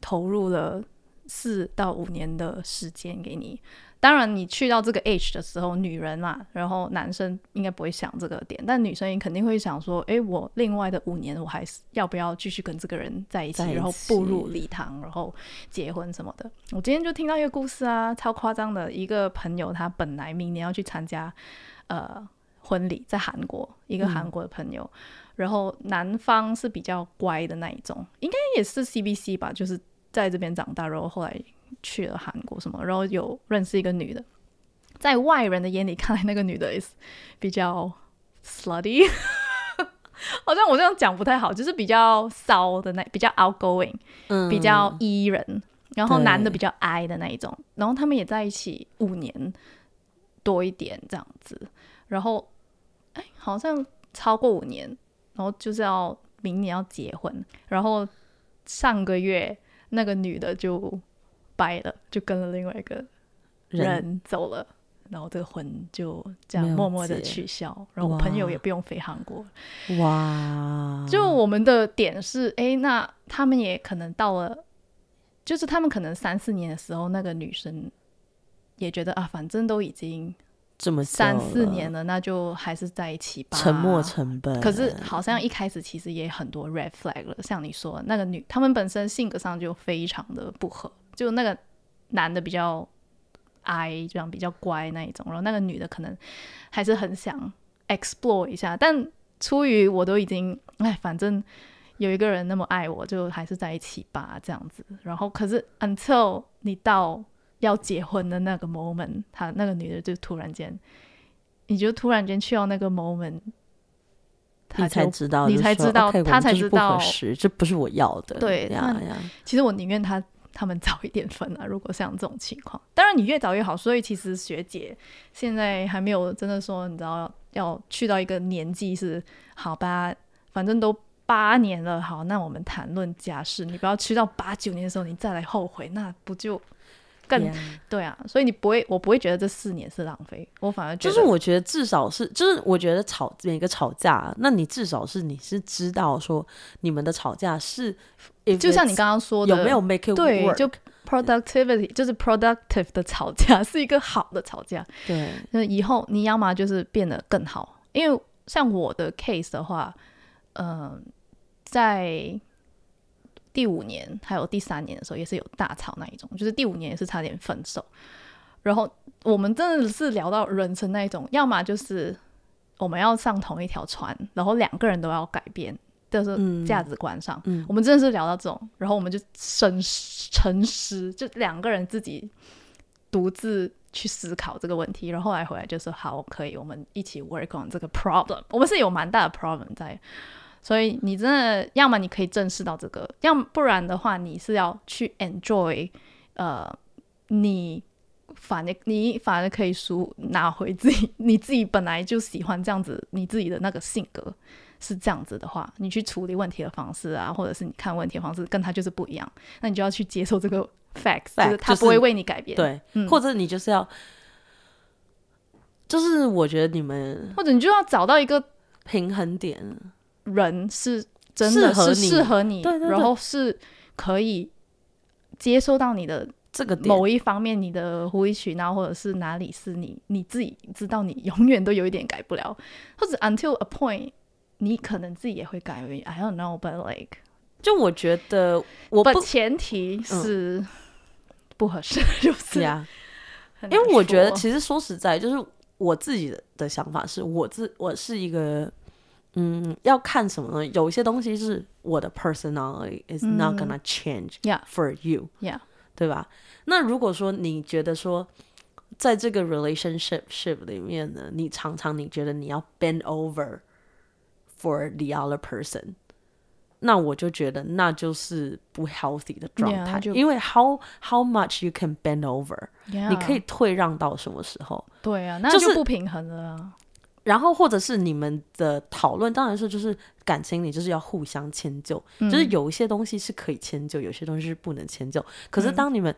Speaker 1: 投入了四到五年的时间给你。当然，你去到这个 age 的时候，女人嘛，然后男生应该不会想这个点，但女生也肯定会想说：，诶，我另外的五年，我还是要不要继续跟这个人在一起，
Speaker 3: 在一起
Speaker 1: 然后步入礼堂，然后结婚什么的。我今天就听到一个故事啊，超夸张的，一个朋友他本来明年要去参加呃婚礼，在韩国，一个韩国的朋友，然后男方是比较乖的那一种，应该也是 CBC 吧，就是在这边长大，然后后来去了韩国什么，然后有认识一个女的，在外人的眼里看来，那个女的 is 比较 slutty，好像我这样讲不太好，就是比较骚的那，比较 outgoing，
Speaker 3: 嗯，
Speaker 1: 比较 E 人，然后
Speaker 3: 对
Speaker 1: 男的比较 I 的那一种，然后他们也在一起五年多一点这样子，然后哎好像超过五年，然后就是要明年要结婚，然后上个月那个女的就掰了，就跟了另外一个
Speaker 3: 嗯人
Speaker 1: 人走了。然后这个婚就这样
Speaker 3: 了
Speaker 1: 默默的
Speaker 3: 解
Speaker 1: 取消，然后我朋友也不用飞韩国，
Speaker 3: 哇，
Speaker 1: 就我们的点是，诶，那他们也可能到了，就是他们可能三四年的时候，那个女生也觉得啊，反正都已经
Speaker 3: 这么久
Speaker 1: 三四
Speaker 3: 了
Speaker 1: 年了，那就还是在一起吧。
Speaker 3: 沉没成本，
Speaker 1: 可是好像一开始其实也很多 red flag 了，像你说的那个女，他们本身性格上就非常的不合，就那个男的比较 I 这样比较乖那一种，然后那个女的可能还是很想 explore 一下，但出于我都已经哎，反正有一个人那么爱我，就还是在一起吧这样子。然后可是 until 你到要结婚的那个 moment，她那个女的就突然间，你就突然间去到那个 moment，她
Speaker 3: 你才
Speaker 1: 就
Speaker 3: 知道就
Speaker 1: 你
Speaker 3: 说，
Speaker 1: 才知道
Speaker 3: OK，我们
Speaker 1: 他才
Speaker 3: 就是
Speaker 1: 知
Speaker 3: 不合
Speaker 1: 道
Speaker 3: 适，这不是我要的。
Speaker 1: 对
Speaker 3: 呀
Speaker 1: 那
Speaker 3: 呀，
Speaker 1: 其实我宁愿他他们早一点分啊。 如果像这种情况，当然你越早越好。所以其实学姐现在还没有真的说，你知道要去到一个年纪是好吧，反正都八年了，好，那我们谈论家事，你不要去到八九年的时候你再来后悔，那不就更
Speaker 3: 呀
Speaker 1: 对啊？所以你不会，我不会觉得这四年是浪费，我反而觉
Speaker 3: 就
Speaker 1: 得
Speaker 3: 是我觉得至少是，就是我觉得吵每个吵架，那你至少是你是知道说你们的吵架是，
Speaker 1: 就像你刚刚说的，
Speaker 3: 有没有 make it
Speaker 1: 对
Speaker 3: work？
Speaker 1: 就 productivity 就是 productive 的吵架 是一个好的吵架，
Speaker 3: 对
Speaker 1: 那以后你要么就是变得更好，因为像我的 case 的话，嗯、在第五年还有第三年的时候也是有大吵那一种，就是第五年也是差点分手。然后我们真的是聊到人生那一种，要么就是我们要上同一条船，然后两个人都要改变，就是价值观上，
Speaker 3: 嗯
Speaker 1: 我们真的是聊到这种，然后我们就深思沉思，就两个人自己独自去思考这个问题，然后后来回来就说好，可以，我们一起 work on 这个 problem。我们是有蛮大的 problem 在，所以你真的要么你可以正视到这个，要不然的话你是要去 enjoy，呃，你反正你反而可以赎拿回自己，你自己本来就喜欢这样子，你自己的那个性格是这样子的话，你去处理问题的方式啊，或者是你看问题的方式跟他就是不一样，那你就要去接受这个 facts，
Speaker 3: Fact，
Speaker 1: 就是他
Speaker 3: 就是
Speaker 1: 不会为你改变，
Speaker 3: 对、
Speaker 1: 嗯
Speaker 3: 或者你就是要，就是我觉得你们
Speaker 1: 或者你就要找到一个
Speaker 3: 平衡点，
Speaker 1: 人是真
Speaker 3: 适
Speaker 1: 的
Speaker 3: 合
Speaker 1: 是
Speaker 3: 你
Speaker 1: 适合你，
Speaker 3: 对对对
Speaker 1: 然后是可以接收到你的
Speaker 3: 这个点
Speaker 1: 某一方面你的无理取闹，或者是哪里是你你自己知道你永远都有一点改不了，或者 until a point，你可能自己也会改变。I don't know，but like，
Speaker 3: 就我觉得我不嗯
Speaker 1: 但前提是不合适， 就是
Speaker 3: 呀，
Speaker 1: 很难
Speaker 3: 因为我觉得
Speaker 1: 说
Speaker 3: 其实说实在，就是我自己的的想法是我自我是一个。嗯，要看什么呢？有一些东西是我的 personality is not gonna change
Speaker 1: 嗯 Yeah
Speaker 3: for you，、
Speaker 1: yeah，
Speaker 3: 对吧？那如果说你觉得说，在这个 relationship ship 里面呢，你常常你觉得你要 bend over for the other person，那我就觉得那就是不 healthy 的状
Speaker 1: Yeah，
Speaker 3: 态
Speaker 1: 就
Speaker 3: 因为 how how much you can bend over，、
Speaker 1: yeah
Speaker 3: 你可以退让到什么时候？
Speaker 1: 对啊，那
Speaker 3: 就
Speaker 1: 就是不平衡了啊。
Speaker 3: 然后，或者是你们的讨论，当然是就是感情里就是要互相迁就，
Speaker 1: 嗯
Speaker 3: 就是有一些东西是可以迁就，有些东西是不能迁就。可
Speaker 1: 嗯
Speaker 3: 是当你们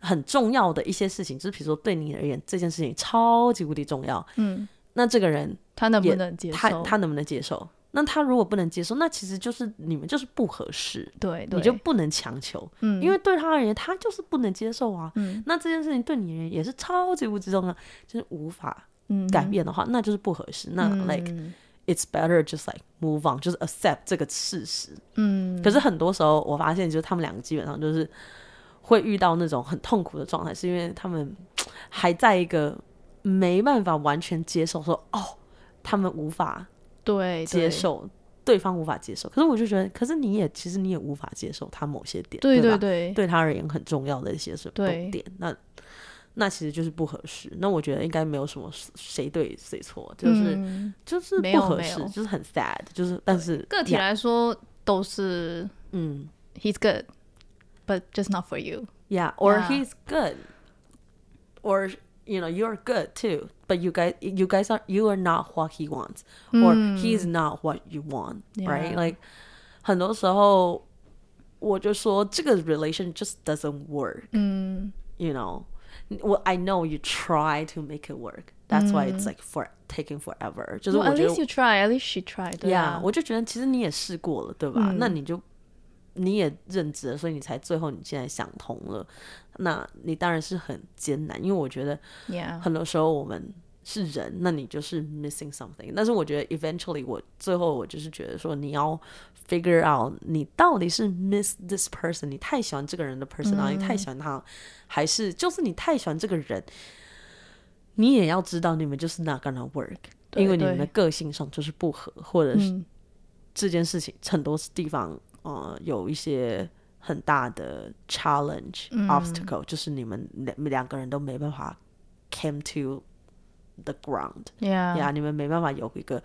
Speaker 3: 很重要的一些事情，就是比如说对你而言这件事情超级无敌重要，
Speaker 1: 嗯，
Speaker 3: 那这个人
Speaker 1: 他能不
Speaker 3: 也
Speaker 1: 能接
Speaker 3: 他
Speaker 1: 受？
Speaker 3: 他能不能接受？那他如果不能接受，那其实就是你们就是不合适，
Speaker 1: 对对，
Speaker 3: 你就不能强求，
Speaker 1: 嗯，
Speaker 3: 因为对他而言他就是不能接受啊。
Speaker 1: 嗯
Speaker 3: 那这件事情对你而言也是超级无疾重要，就是无法
Speaker 1: 嗯
Speaker 3: 改变的话，那就是不合适。那 like
Speaker 1: 嗯
Speaker 3: it's better just like move on，就是 accept 这个事实。
Speaker 1: 嗯，
Speaker 3: 可是很多时候，我发现就是他们两个基本上就是会遇到那种很痛苦的状态，是因为他们还在一个没办法完全接受说哦，他们无法
Speaker 1: 对
Speaker 3: 接，
Speaker 1: 对
Speaker 3: 受对方无法接受。可是我就觉得，可是你也其实你也无法接受他某些点，
Speaker 1: 对
Speaker 3: 对
Speaker 1: 对
Speaker 3: 吧
Speaker 1: 对，
Speaker 3: 对他而言很重要的一些什么
Speaker 1: 对
Speaker 3: 点，那那其实就是不合适。那我觉得应该没有什么谁对谁错，就是、
Speaker 1: 嗯
Speaker 3: 就是
Speaker 1: 没
Speaker 3: 不
Speaker 1: 有
Speaker 3: 合
Speaker 1: 没
Speaker 3: 适
Speaker 1: 有，
Speaker 3: 就是很 sad，就是但是
Speaker 1: 个体
Speaker 3: 呀
Speaker 1: 来说都是
Speaker 3: 嗯
Speaker 1: he's good。But just not for you。
Speaker 3: yeah or
Speaker 1: Yeah.
Speaker 3: he's good or you know you're good too but you guys you guys are you are not what he wants or he's not what you want right
Speaker 1: Yeah.
Speaker 3: like 很多时候我就说这个 relation just doesn't work
Speaker 1: 嗯
Speaker 3: you know well i know you try to make it work that's why it's like for taking forever 就是
Speaker 1: Mm。 ，well,
Speaker 3: 我
Speaker 1: at
Speaker 3: 觉得
Speaker 1: least you try, at least she tried 对
Speaker 3: 呀
Speaker 1: 啊。嗯
Speaker 3: 我就觉得其实你也试过了，对吧？那你就你也认知了，所以你才最后你现在想通了。那你当然是很艰难，因为我觉得
Speaker 1: Yeah，
Speaker 3: 很多时候我们是人，那你就是 missing something。但是我觉得 eventually 我最后我就是觉得说你要 figure out 你到底是 miss this person，你太喜欢这个人的 personality，、太
Speaker 1: 嗯
Speaker 3: 喜欢他，还是就是你太喜欢这个人，你也要知道你们就是 not gonna work。
Speaker 1: 对
Speaker 3: 因为你们的
Speaker 1: 对
Speaker 3: 个性上就是不合，或者
Speaker 1: 嗯
Speaker 3: 是这件事情很多地方呃有一些很大的 challenge、obstacle，就是
Speaker 1: 嗯
Speaker 3: 你们两两个人都没办法 came to the ground，呀、
Speaker 1: Yeah，
Speaker 3: 你们没办法有一个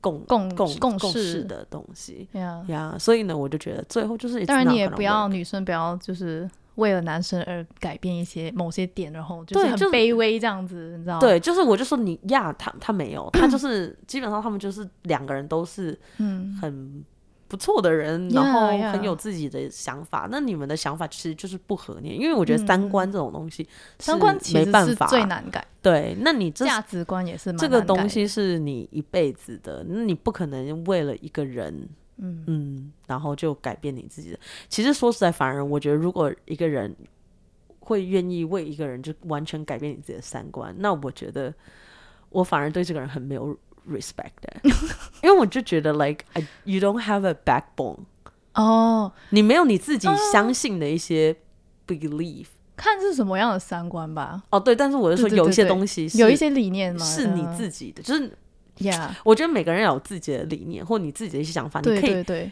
Speaker 3: 共
Speaker 1: 嗯共
Speaker 3: 共
Speaker 1: 共
Speaker 3: 共
Speaker 1: 识
Speaker 3: 识的东西。
Speaker 1: Yeah，
Speaker 3: 呀、所以呢，我就觉得最后就是 it's
Speaker 1: 当然你
Speaker 3: not
Speaker 1: 也
Speaker 3: gonna
Speaker 1: 不要
Speaker 3: work
Speaker 1: 女生不要就是为了男生而改变一些某些点，然后就
Speaker 3: 对
Speaker 1: 是很
Speaker 3: 就是
Speaker 1: 卑微这样子，你知道吗？
Speaker 3: 对，就是我就说你呀，他他没有，他就是基本上他们就是两个人都是
Speaker 1: 嗯
Speaker 3: 很不错的人，
Speaker 1: Yeah,
Speaker 3: 然后很
Speaker 1: yeah.
Speaker 3: 有自己的想法。那你们的想法其实就是不合念，因为我觉得三观这种东西，
Speaker 1: 嗯三观其
Speaker 3: 没
Speaker 1: 实
Speaker 3: 办
Speaker 1: 是
Speaker 3: 法
Speaker 1: 最难改，
Speaker 3: 对，那你这
Speaker 1: 价值观也是蛮
Speaker 3: 这个
Speaker 1: 难改
Speaker 3: 东西是你一辈子的，那你不可能为了一个人，嗯然后就改变你自己的。其实说实在，反而我觉得，如果一个人会愿意为一个人就完全改变你自己的三观，那我觉得我反而对这个人很没有 respect，欸、因为我就觉得 like I, you don't have a backbone，
Speaker 1: 哦。
Speaker 3: 你没有你自
Speaker 1: 嗯
Speaker 3: 己相信的一些 belief。
Speaker 1: 看是什么样的三观吧，
Speaker 3: 哦，对，但是我是说，
Speaker 1: 对对
Speaker 3: 有一些
Speaker 1: 对对
Speaker 3: 东西是
Speaker 1: 有一些理念嘛，啊
Speaker 3: 是你自己的，就是
Speaker 1: 己呀，
Speaker 3: 我觉得每个人要有自己的理念或你自己的一些想法，
Speaker 1: 对
Speaker 3: 你可
Speaker 1: 对
Speaker 3: 以，
Speaker 1: 对，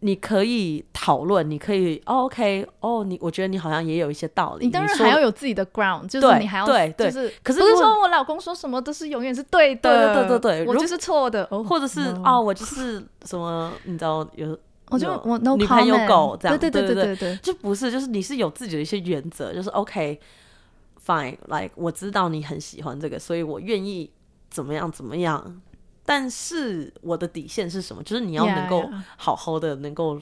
Speaker 3: 你可以讨论，你可以、哦、，OK，哦，你我觉得你好像也有一些道理，
Speaker 1: 你当然
Speaker 3: 说
Speaker 1: 还要有自己的 ground，就是
Speaker 3: 对
Speaker 1: 你还要
Speaker 3: 对对
Speaker 1: 就是
Speaker 3: 可是
Speaker 1: 不
Speaker 3: 如
Speaker 1: 是
Speaker 3: 果
Speaker 1: 说我老公说什么都是永远是对的，
Speaker 3: 对对对对
Speaker 1: 我
Speaker 3: 如
Speaker 1: 就是错的，哦，
Speaker 3: 或者是
Speaker 1: 嗯
Speaker 3: 哦，我就是什么，你知道有
Speaker 1: 我就
Speaker 3: 有
Speaker 1: 我 no
Speaker 3: 女朋友
Speaker 1: comment
Speaker 3: 狗这样
Speaker 1: 对
Speaker 3: 对
Speaker 1: 对
Speaker 3: 对
Speaker 1: 对对，
Speaker 3: 就不是，就是你是有自己的一些原则，就是 OK，fine，like、我知道你很喜欢这个，所以我愿意怎么样怎么样，但是我的底线是什么？就是你要
Speaker 1: Yeah,
Speaker 3: 能够
Speaker 1: yeah.
Speaker 3: 好好的能够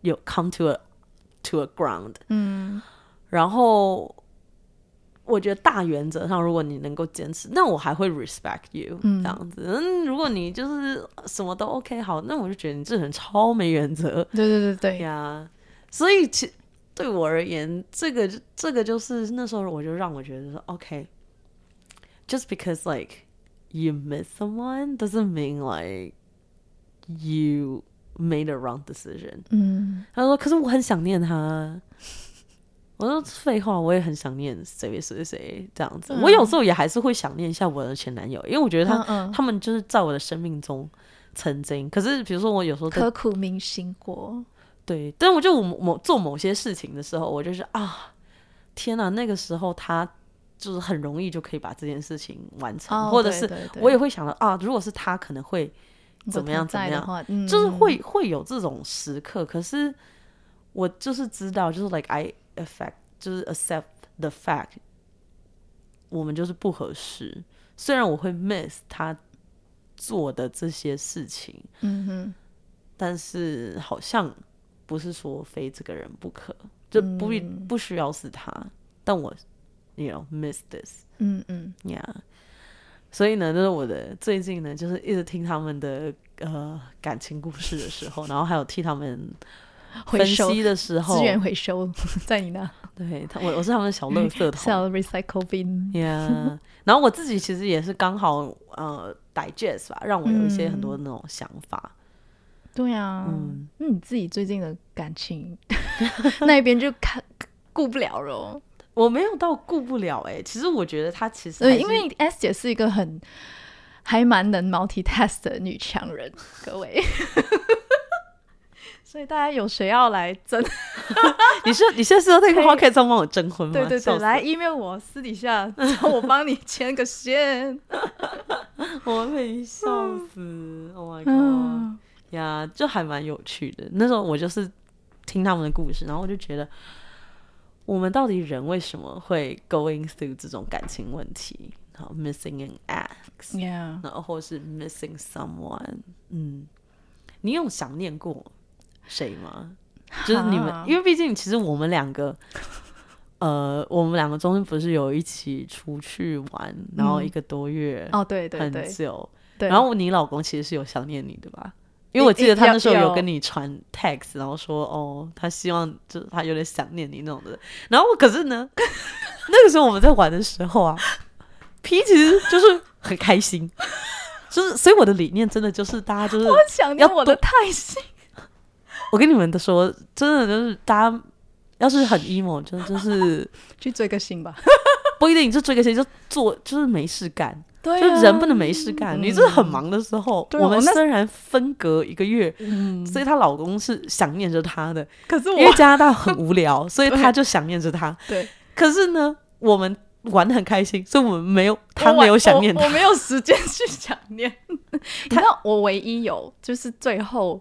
Speaker 3: 有 come to a to a ground，
Speaker 1: 嗯
Speaker 3: 然后我觉得大原则上，如果你能够坚持，那我还会 respect you、
Speaker 1: 嗯
Speaker 3: 这样子。嗯，如果你就是什么都 OK 好，那我就觉得你这人超没原则
Speaker 1: 对对对对，
Speaker 3: 呀。所以其对我而言，这个就这个就是那时候我就让我觉得说 OK，just、because like you miss someone doesn't mean like you made a wrong decision。
Speaker 1: 嗯
Speaker 3: 他说：“可是我很想念他。”我说：“废话，我也很想念谁谁谁这样子。
Speaker 1: 嗯
Speaker 3: 我有时候也还是会想念一下我的前男友，因为我觉得他、
Speaker 1: 嗯嗯
Speaker 3: 他们就是在我的生命中曾经。可是比如说我有时候在
Speaker 1: 刻苦铭心过，
Speaker 3: 对，但我就我某做某些事情的时候，我就是啊，天哪、那个时候他就是很容易就可以把这件事情完成，
Speaker 1: 哦
Speaker 3: 或者
Speaker 1: 对
Speaker 3: 是
Speaker 1: 对对
Speaker 3: 我也会想到啊，如果是他可能会怎么样
Speaker 1: 如果他
Speaker 3: 怎么
Speaker 1: 在的
Speaker 3: 样，
Speaker 1: 话，嗯
Speaker 3: 就是会会有这种时刻，可是我就是知道，就是 like I affect，就是 accept the fact，我们就是不合适。虽然我会 miss 他做的这些事情，
Speaker 1: 嗯哼，
Speaker 3: 但是好像不是说非这个人不可，就不一、不需要是他，但我 you know miss this，
Speaker 1: 嗯嗯
Speaker 3: yeah。所以呢，就是我的最近呢，就是一直听他们的呃感情故事的时候，然后还有替他们
Speaker 1: 嗯回
Speaker 3: 分
Speaker 1: 收
Speaker 3: 析的时候
Speaker 1: 资，源回收 在你那
Speaker 3: 对他，我我是他们的小乐色桶。
Speaker 1: ，sell recycle bin，
Speaker 3: yeah，然后我自己其实也是刚好呃 digest 吧，让我有一些很多那种想法。
Speaker 1: 对啊，
Speaker 3: 嗯
Speaker 1: 那你自己最近的感情 那一边就看顾不了了哦，
Speaker 3: 我没有到顾不了哎、其实我觉得他其实还
Speaker 1: 对，
Speaker 3: 是
Speaker 1: 因为 S 姐是一个很还蛮能 multitask 的女 强人，各位。 所以大家有谁要来争？
Speaker 3: 你是你现在是要在
Speaker 1: 可以
Speaker 3: podcast 上帮我征婚吗？
Speaker 1: 对对
Speaker 3: 嗯笑
Speaker 1: 对，
Speaker 3: 死
Speaker 1: 来 email 我，私底下找我帮你牵个线。
Speaker 3: 我被笑死！Oh my god！
Speaker 1: 嗯，
Speaker 3: 呀就还蛮有趣的。那时候我就是听他们的故事，然后我就觉得，我们到底人为什么会 going through 这种感情问题？然后 missing an ex，
Speaker 1: yeah，
Speaker 3: 然后或是 missing someone。嗯，你有想念过谁吗？就是你们
Speaker 1: 哈，
Speaker 3: 因为毕竟其实我们两个，呃，我们两个中间不是有一起出去玩，然后一个多月，
Speaker 1: 嗯哦，对对
Speaker 3: 很
Speaker 1: 对
Speaker 3: 久。
Speaker 1: 对。
Speaker 3: 然后你老公其实是有想念你的吧？因为我记得他
Speaker 1: 有
Speaker 3: 那时候
Speaker 1: 有
Speaker 3: 有跟你传 text，然后说哦，他希望就是他有点想念你那种的。然后可是呢， 那个时候我们在玩的时候啊，P 其实就是很开心，就是所以我的理念真的就是大家就是
Speaker 1: 我想念我的泰星，
Speaker 3: 我跟你们说，真的就是大家要是很 emo，就就是
Speaker 1: 去追个星吧。
Speaker 3: 不一定就追个谁就做就是没事干，
Speaker 1: 对、啊
Speaker 3: 就人不能没事干。你就是很忙的时候，
Speaker 1: 对啊
Speaker 3: 我们
Speaker 1: 我那
Speaker 3: 虽然分隔一个月，所以她老公是想念着她的，
Speaker 1: 嗯可是我
Speaker 3: 因为加拿大很无 聊，所以她就想念着他。
Speaker 1: 对，
Speaker 3: 可是呢，我们玩的很开心，所以我们没有，她
Speaker 1: 我
Speaker 3: 没有
Speaker 1: 晚
Speaker 3: 想念
Speaker 1: 我，
Speaker 3: 他
Speaker 1: 我。没有时间去想 念。你知道，我唯一有就是最后，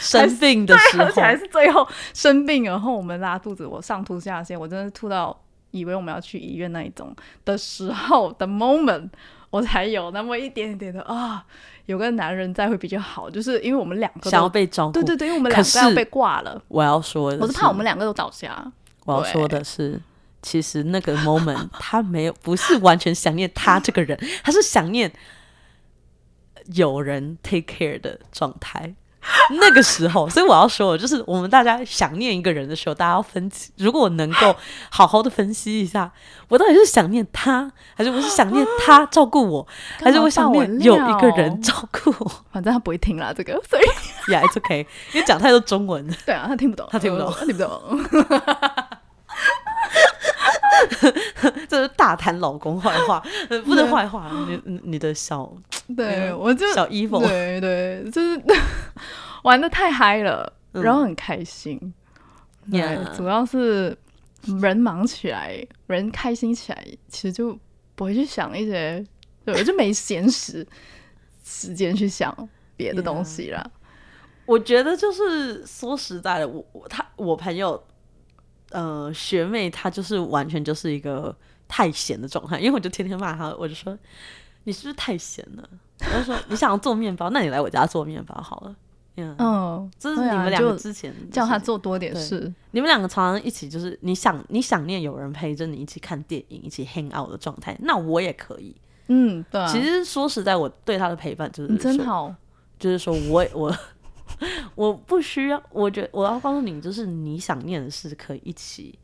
Speaker 3: 生病的时
Speaker 1: 而且
Speaker 3: 候，
Speaker 1: 还是最后生病，然后我们拉肚子，我上吐下泻，我真的吐到以为我们要去医院那一种的时候的 moment，我才有那么一点点的啊，有个男人在会比较好，就是因为我们两个
Speaker 3: 想要
Speaker 1: 都
Speaker 3: 被照顾。
Speaker 1: 对对对，因为我们
Speaker 3: 可
Speaker 1: 两个要
Speaker 3: 是
Speaker 1: 被挂了，
Speaker 3: 我要说的，
Speaker 1: 我是怕我们两个都倒下。
Speaker 3: 我要说的是，其实那个 moment 他没有不是完全想念他这个人， 他是想念有人 take care 的状态。那个时候，所以我要说的就是，我们大家想念一个人的时候，大家要分析。如果我能够好好的分析一下，我到底是想念他，还是我是想念他照顾我，还是我想念有一个人照顾我？
Speaker 1: 反正他不会听啦，这个，所以
Speaker 3: 呀、yeah,，it's okay，因为讲太多中文 了，
Speaker 1: 对啊，他听不懂，
Speaker 3: 他听不懂
Speaker 1: 呃，他听不懂。
Speaker 3: 这是大谈老公坏话，呃不能坏话，你你你的小
Speaker 1: 对，我就
Speaker 3: 小 evil，
Speaker 1: 对对，就是 玩的太嗨了，
Speaker 3: 嗯
Speaker 1: 然后很开心。对
Speaker 3: Yeah
Speaker 1: 主要是人忙起来，人开心起来，其实就不会去想一些，对，我就没闲时时间去想别的东西啦。 嗯
Speaker 3: 我觉得就是说实在的，我我他我朋友，呃，学妹她就是完全就是一个太闲的状态，因为我就天天骂她，我就说你是不是太闲了？我就说你想要做面包，那你来我家做面包好了。嗯，
Speaker 1: 嗯，
Speaker 3: 这是
Speaker 1: 对
Speaker 3: 你
Speaker 1: 啊
Speaker 3: 们两
Speaker 1: 就
Speaker 3: 个之前的事情
Speaker 1: 叫他，做多点
Speaker 3: 对
Speaker 1: 事，
Speaker 3: 你们两个常常一起就是你想你想念有人陪着你一起看电影，一起 hang out 的状态，那我也可以。
Speaker 1: 嗯，对啊，
Speaker 3: 其实说实在，我对他的陪伴就是
Speaker 1: 你真
Speaker 3: 说
Speaker 1: 好，
Speaker 3: 就是说我我 我不需要，我觉我要告诉你，就是你想念的事可以一起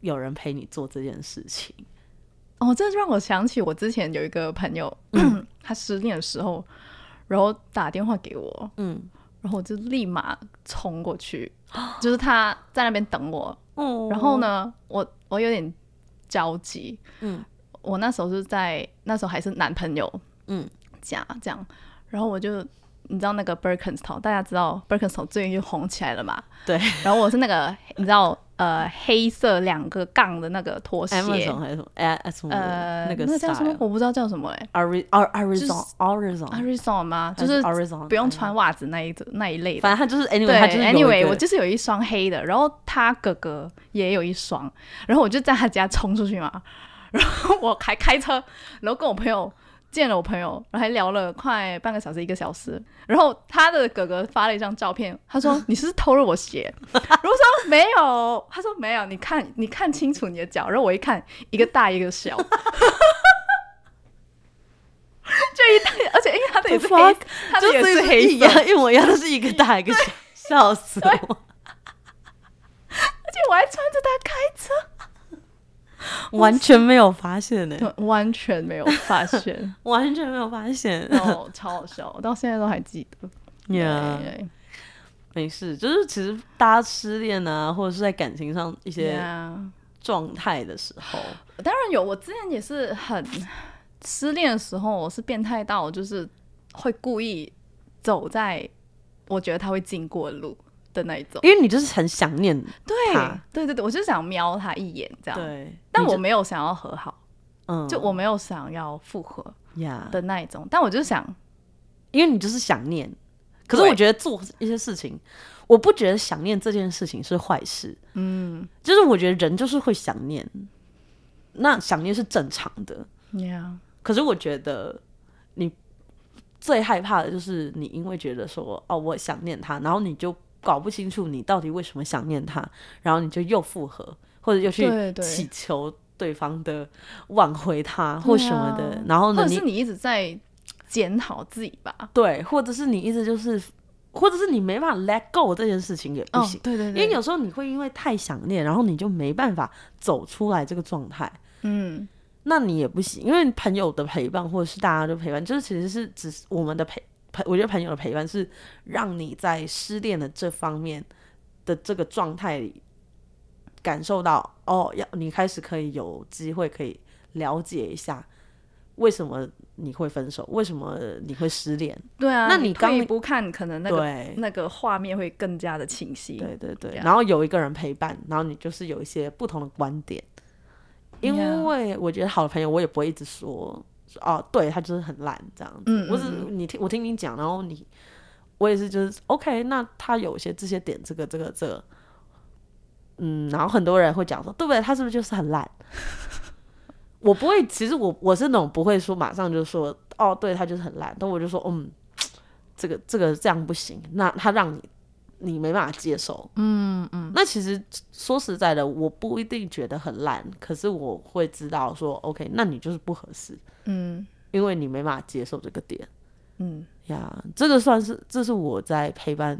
Speaker 3: 有人陪你做这件事情。
Speaker 1: 哦，这让我想起我之前有一个朋友，
Speaker 3: 嗯
Speaker 1: 他失恋的时候，然后打电话给我，
Speaker 3: 嗯，
Speaker 1: 然后我就立马冲过 去，就是他在那边等我，
Speaker 3: 哦
Speaker 1: 然后？呢，我我有点焦急，
Speaker 3: 嗯，
Speaker 1: 我那时候是在那时候还是男朋友，
Speaker 3: 嗯，
Speaker 1: 家这样，然后我就。你知道那个 Birkenstock，大家知道 Birkenstock 最近又红起来了嘛？
Speaker 3: 对。
Speaker 1: 然后我是那个，你知道，呃，黑色两个杠的那个拖鞋
Speaker 3: a，m a z o 还是什么？哎，什么？
Speaker 1: 呃，
Speaker 3: 那
Speaker 1: 那
Speaker 3: 个
Speaker 1: 叫什么？我不知道叫什么哎、
Speaker 3: ？Ari Ar
Speaker 1: 是
Speaker 3: Arizona Arizona
Speaker 1: Arizona 吗？就是
Speaker 3: 哦还 Arizona，哎
Speaker 1: 不用穿袜子那一种那一类
Speaker 3: 反
Speaker 1: 的。
Speaker 3: 正他就是 anyway，
Speaker 1: 对
Speaker 3: 他就是有一
Speaker 1: ，anyway，
Speaker 3: 个
Speaker 1: 我就是有一双黑的，然后他哥哥也有一双，然后我就在他家冲出去嘛， 然后我还开车，然后跟我朋友见了我朋友，然后还聊了快半个小时一个小时，然后他的哥哥发了一张照片，他说你是不是偷了我鞋， 然后我说没有，他说没有，你看 你看清楚你的脚，然后我一看一个大一个小，的也是黑，他的
Speaker 3: 就
Speaker 1: 也是
Speaker 3: 是
Speaker 1: 黑
Speaker 3: 一
Speaker 1: 色，而
Speaker 3: 样，一模一样，都是一个大一个小，笑死我！
Speaker 1: 且我还穿着它开车。
Speaker 3: 完全没有发现呢、
Speaker 1: 对 完全没有 发现，
Speaker 3: 完全没有发现。
Speaker 1: 然后超好笑，我到现在都还记得。
Speaker 3: 呀
Speaker 1: 对
Speaker 3: 没事，就是其实大家失恋啊，或者是在感情上一
Speaker 1: 对啊
Speaker 3: 些
Speaker 1: 呀
Speaker 3: 状态的时候，
Speaker 1: 当然有，我之前也是很失恋的时候，我是变态到我就是会故意走在我觉得他会经过的路的那一种。
Speaker 3: 因为你就是很想念，
Speaker 1: 对
Speaker 3: 他
Speaker 1: 对对对，我就想瞄他一眼这样，
Speaker 3: 对，
Speaker 1: 但
Speaker 3: 你
Speaker 1: 我
Speaker 3: 就
Speaker 1: 没有想要和好，
Speaker 3: 嗯，
Speaker 1: 就我没有想要复合
Speaker 3: 呀
Speaker 1: 的那一种，但我就想
Speaker 3: 因为你就是想念。可是
Speaker 1: 对
Speaker 3: 我觉得做一些事情，我不觉得想念这件事情是坏事。嗯，就是我觉得人就是会想念，那想念是正常的。
Speaker 1: 嗯，yeah，
Speaker 3: 可是我觉得你最害怕的就是你因为觉得说哦，我想念他，然后你就搞不清楚你到底为什么想念他，然后你就又复合，或者又去
Speaker 1: 对对
Speaker 3: 祈求对方的挽回他或什么的，
Speaker 1: 对啊
Speaker 3: 然后
Speaker 1: 或
Speaker 3: 呢
Speaker 1: 者
Speaker 3: 你
Speaker 1: 是你一直在检讨自己吧。
Speaker 3: 对，或者是你一直就是，或者是你没办法 let go 这件事情也不
Speaker 1: 哦
Speaker 3: 行，，
Speaker 1: 对对
Speaker 3: 因
Speaker 1: 对，
Speaker 3: 为有时候你会因为太想念，然后你就没办法走出来这个状态。
Speaker 1: 嗯，
Speaker 3: 那你也不行，因为朋友的陪伴或者是大家的陪伴，就是其实是只是我们的陪陪，我觉得朋友的陪伴是让你在失恋的这方面的这个状态里感受到哦，要你开始可以有机会可以了解一下为什么你会分手，为什么你会失恋，
Speaker 1: 对啊，
Speaker 3: 那
Speaker 1: 你
Speaker 3: 你刚
Speaker 1: 退一步看，可能那个嗯
Speaker 3: 对。
Speaker 1: 那个画面会更加的清晰。
Speaker 3: 对对对，
Speaker 1: Yeah
Speaker 3: 然后有一个人陪伴，然后你就是有一些不同的观点。因
Speaker 1: Yeah
Speaker 3: 为我觉得好的朋友，我也不会一直说说哦，对他就是很烂这样子。
Speaker 1: 嗯
Speaker 3: 我只
Speaker 1: 嗯
Speaker 3: 你听我听你讲，然后你我也是就是 OK，那他有一些这些点，这个这个这个，嗯，然后很多人会讲说，对不对？他是不是就是很烂？ 我不会，其实我我是那种不会说马上就说哦，对他就是很烂，但我就说嗯，这个这个这样不行，那他让你你没办法接受，嗯嗯。那其实说实在的，我不一定觉得很烂，可是我会知道说，OK，那你就是不合适，
Speaker 1: 嗯
Speaker 3: 因为你没办法接受这个点
Speaker 1: 嗯，
Speaker 3: 呀。这个算是这是我在陪伴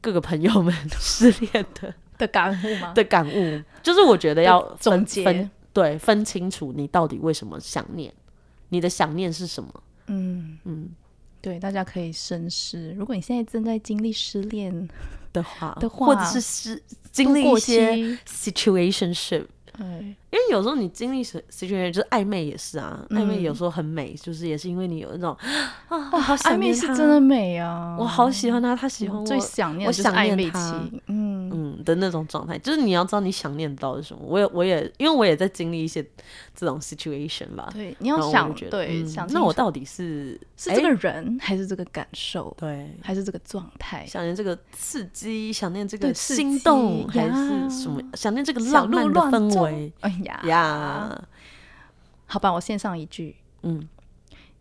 Speaker 3: 各个朋友们失恋的
Speaker 1: 的感悟吗？
Speaker 3: 的感悟，就是我觉得要
Speaker 1: 的
Speaker 3: 分
Speaker 1: 总结
Speaker 3: 分对分清楚你到底为什么想念，你的想念是什么。
Speaker 1: 嗯
Speaker 3: 嗯
Speaker 1: 对，大家可以深思。如果你现在正在经历失恋，
Speaker 3: 的话，
Speaker 1: 的
Speaker 3: 或者
Speaker 1: 话
Speaker 3: 是是经历一
Speaker 1: 度过
Speaker 3: 些
Speaker 1: 期
Speaker 3: situationship，
Speaker 1: 对
Speaker 3: 因为有时候你经历 si- situation 就是暧昧也是啊，
Speaker 1: 嗯
Speaker 3: 暧昧有时候很美，就是也是因为你有那种啊，我好想
Speaker 1: 哦暧昧
Speaker 3: 念
Speaker 1: 是
Speaker 3: 他
Speaker 1: 真的，美啊！
Speaker 3: 我好喜欢他，他喜欢
Speaker 1: 我
Speaker 3: 我，
Speaker 1: 嗯最想念
Speaker 3: 我
Speaker 1: 的就是
Speaker 3: 想
Speaker 1: 暧
Speaker 3: 念
Speaker 1: 昧
Speaker 3: 他
Speaker 1: 期。嗯，
Speaker 3: 嗯的那种状态，就是你要知道你想念到底是什么。我也我也因为我也在经历一些这种 situation 吧，
Speaker 1: 对，你
Speaker 3: 然
Speaker 1: 要
Speaker 3: 后我
Speaker 1: 想
Speaker 3: 就觉得
Speaker 1: 对
Speaker 3: 嗯
Speaker 1: 想清楚，
Speaker 3: 那我到底是
Speaker 1: 是这
Speaker 3: 哎
Speaker 1: 个人还是这个感受，
Speaker 3: 对
Speaker 1: 还是这个状态？
Speaker 3: 想念这个刺激，想念这
Speaker 1: 对
Speaker 3: 个
Speaker 1: 刺
Speaker 3: 心
Speaker 1: 激
Speaker 3: 动还
Speaker 1: 呀
Speaker 3: 是什么，想念这个
Speaker 1: 小
Speaker 3: 浪
Speaker 1: 鹿
Speaker 3: 漫的
Speaker 1: 乱
Speaker 3: 氛
Speaker 1: 撞
Speaker 3: 围
Speaker 1: 哎呀
Speaker 3: 呀，
Speaker 1: 好吧，我献上一句，
Speaker 3: 嗯，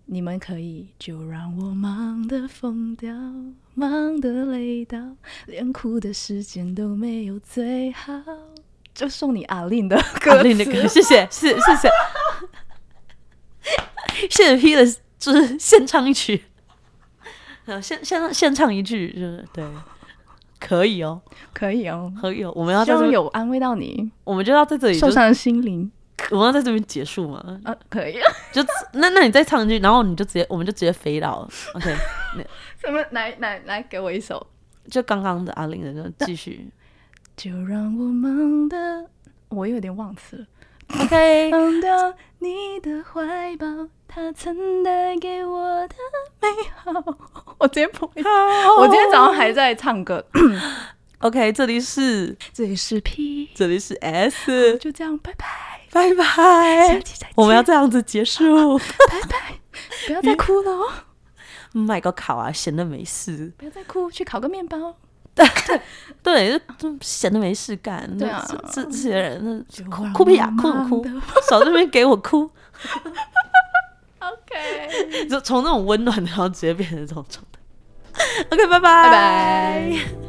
Speaker 1: 你们可以就让我忙得疯掉，忙得累到，连哭的时间都没有最好。就送你阿令的歌
Speaker 3: 阿令的啊歌，谢谢，谢谢谢谢， 谢谢 P 的，就是献唱一曲， 呃，献献唱献唱一句，就是对，可以哦，
Speaker 1: 可以哦，
Speaker 3: 可以哦，我们要
Speaker 1: 希
Speaker 3: 在这
Speaker 1: 望
Speaker 3: 边，
Speaker 1: 有安慰到你
Speaker 3: 我们就要在这里，就
Speaker 1: 受伤的心灵。
Speaker 3: 我们要在这边结束嘛，
Speaker 1: 啊， 可以，
Speaker 3: 就 那那你再唱一句，然后你就直接，我们就直接飞到了，OK，
Speaker 1: 什么？来来来，给我一首。
Speaker 3: 就刚刚的阿令的，就继续
Speaker 1: 就让我忙的，我有点忘词了。
Speaker 3: ，OK，
Speaker 1: 放到你的怀抱，它曾带给我的美好。 我直接不会，我今天早上还在唱歌。
Speaker 3: OK，这里是
Speaker 1: 这里是 P，
Speaker 3: 这里是 S，
Speaker 1: 就这样，拜拜，
Speaker 3: 拜
Speaker 1: 下
Speaker 3: 拜，
Speaker 1: 期再见。
Speaker 3: 我们要这样子结 束。
Speaker 1: 拜拜，不要再哭了哦，
Speaker 3: 买个烤啊，闲的没事。
Speaker 1: 不要再哭，去烤个面包。
Speaker 3: 对，就就闲的没事干。
Speaker 1: 对啊
Speaker 3: 这这这些人，
Speaker 1: 就
Speaker 3: 那哭
Speaker 1: 让
Speaker 3: 哭屁呀，
Speaker 1: 我
Speaker 3: 哭
Speaker 1: 忙
Speaker 3: 哭
Speaker 1: 得，
Speaker 3: 少在那边给我哭，
Speaker 1: OK，
Speaker 3: 就从那种温暖，然后直接变成这种状态。OK，拜拜，
Speaker 1: 拜拜。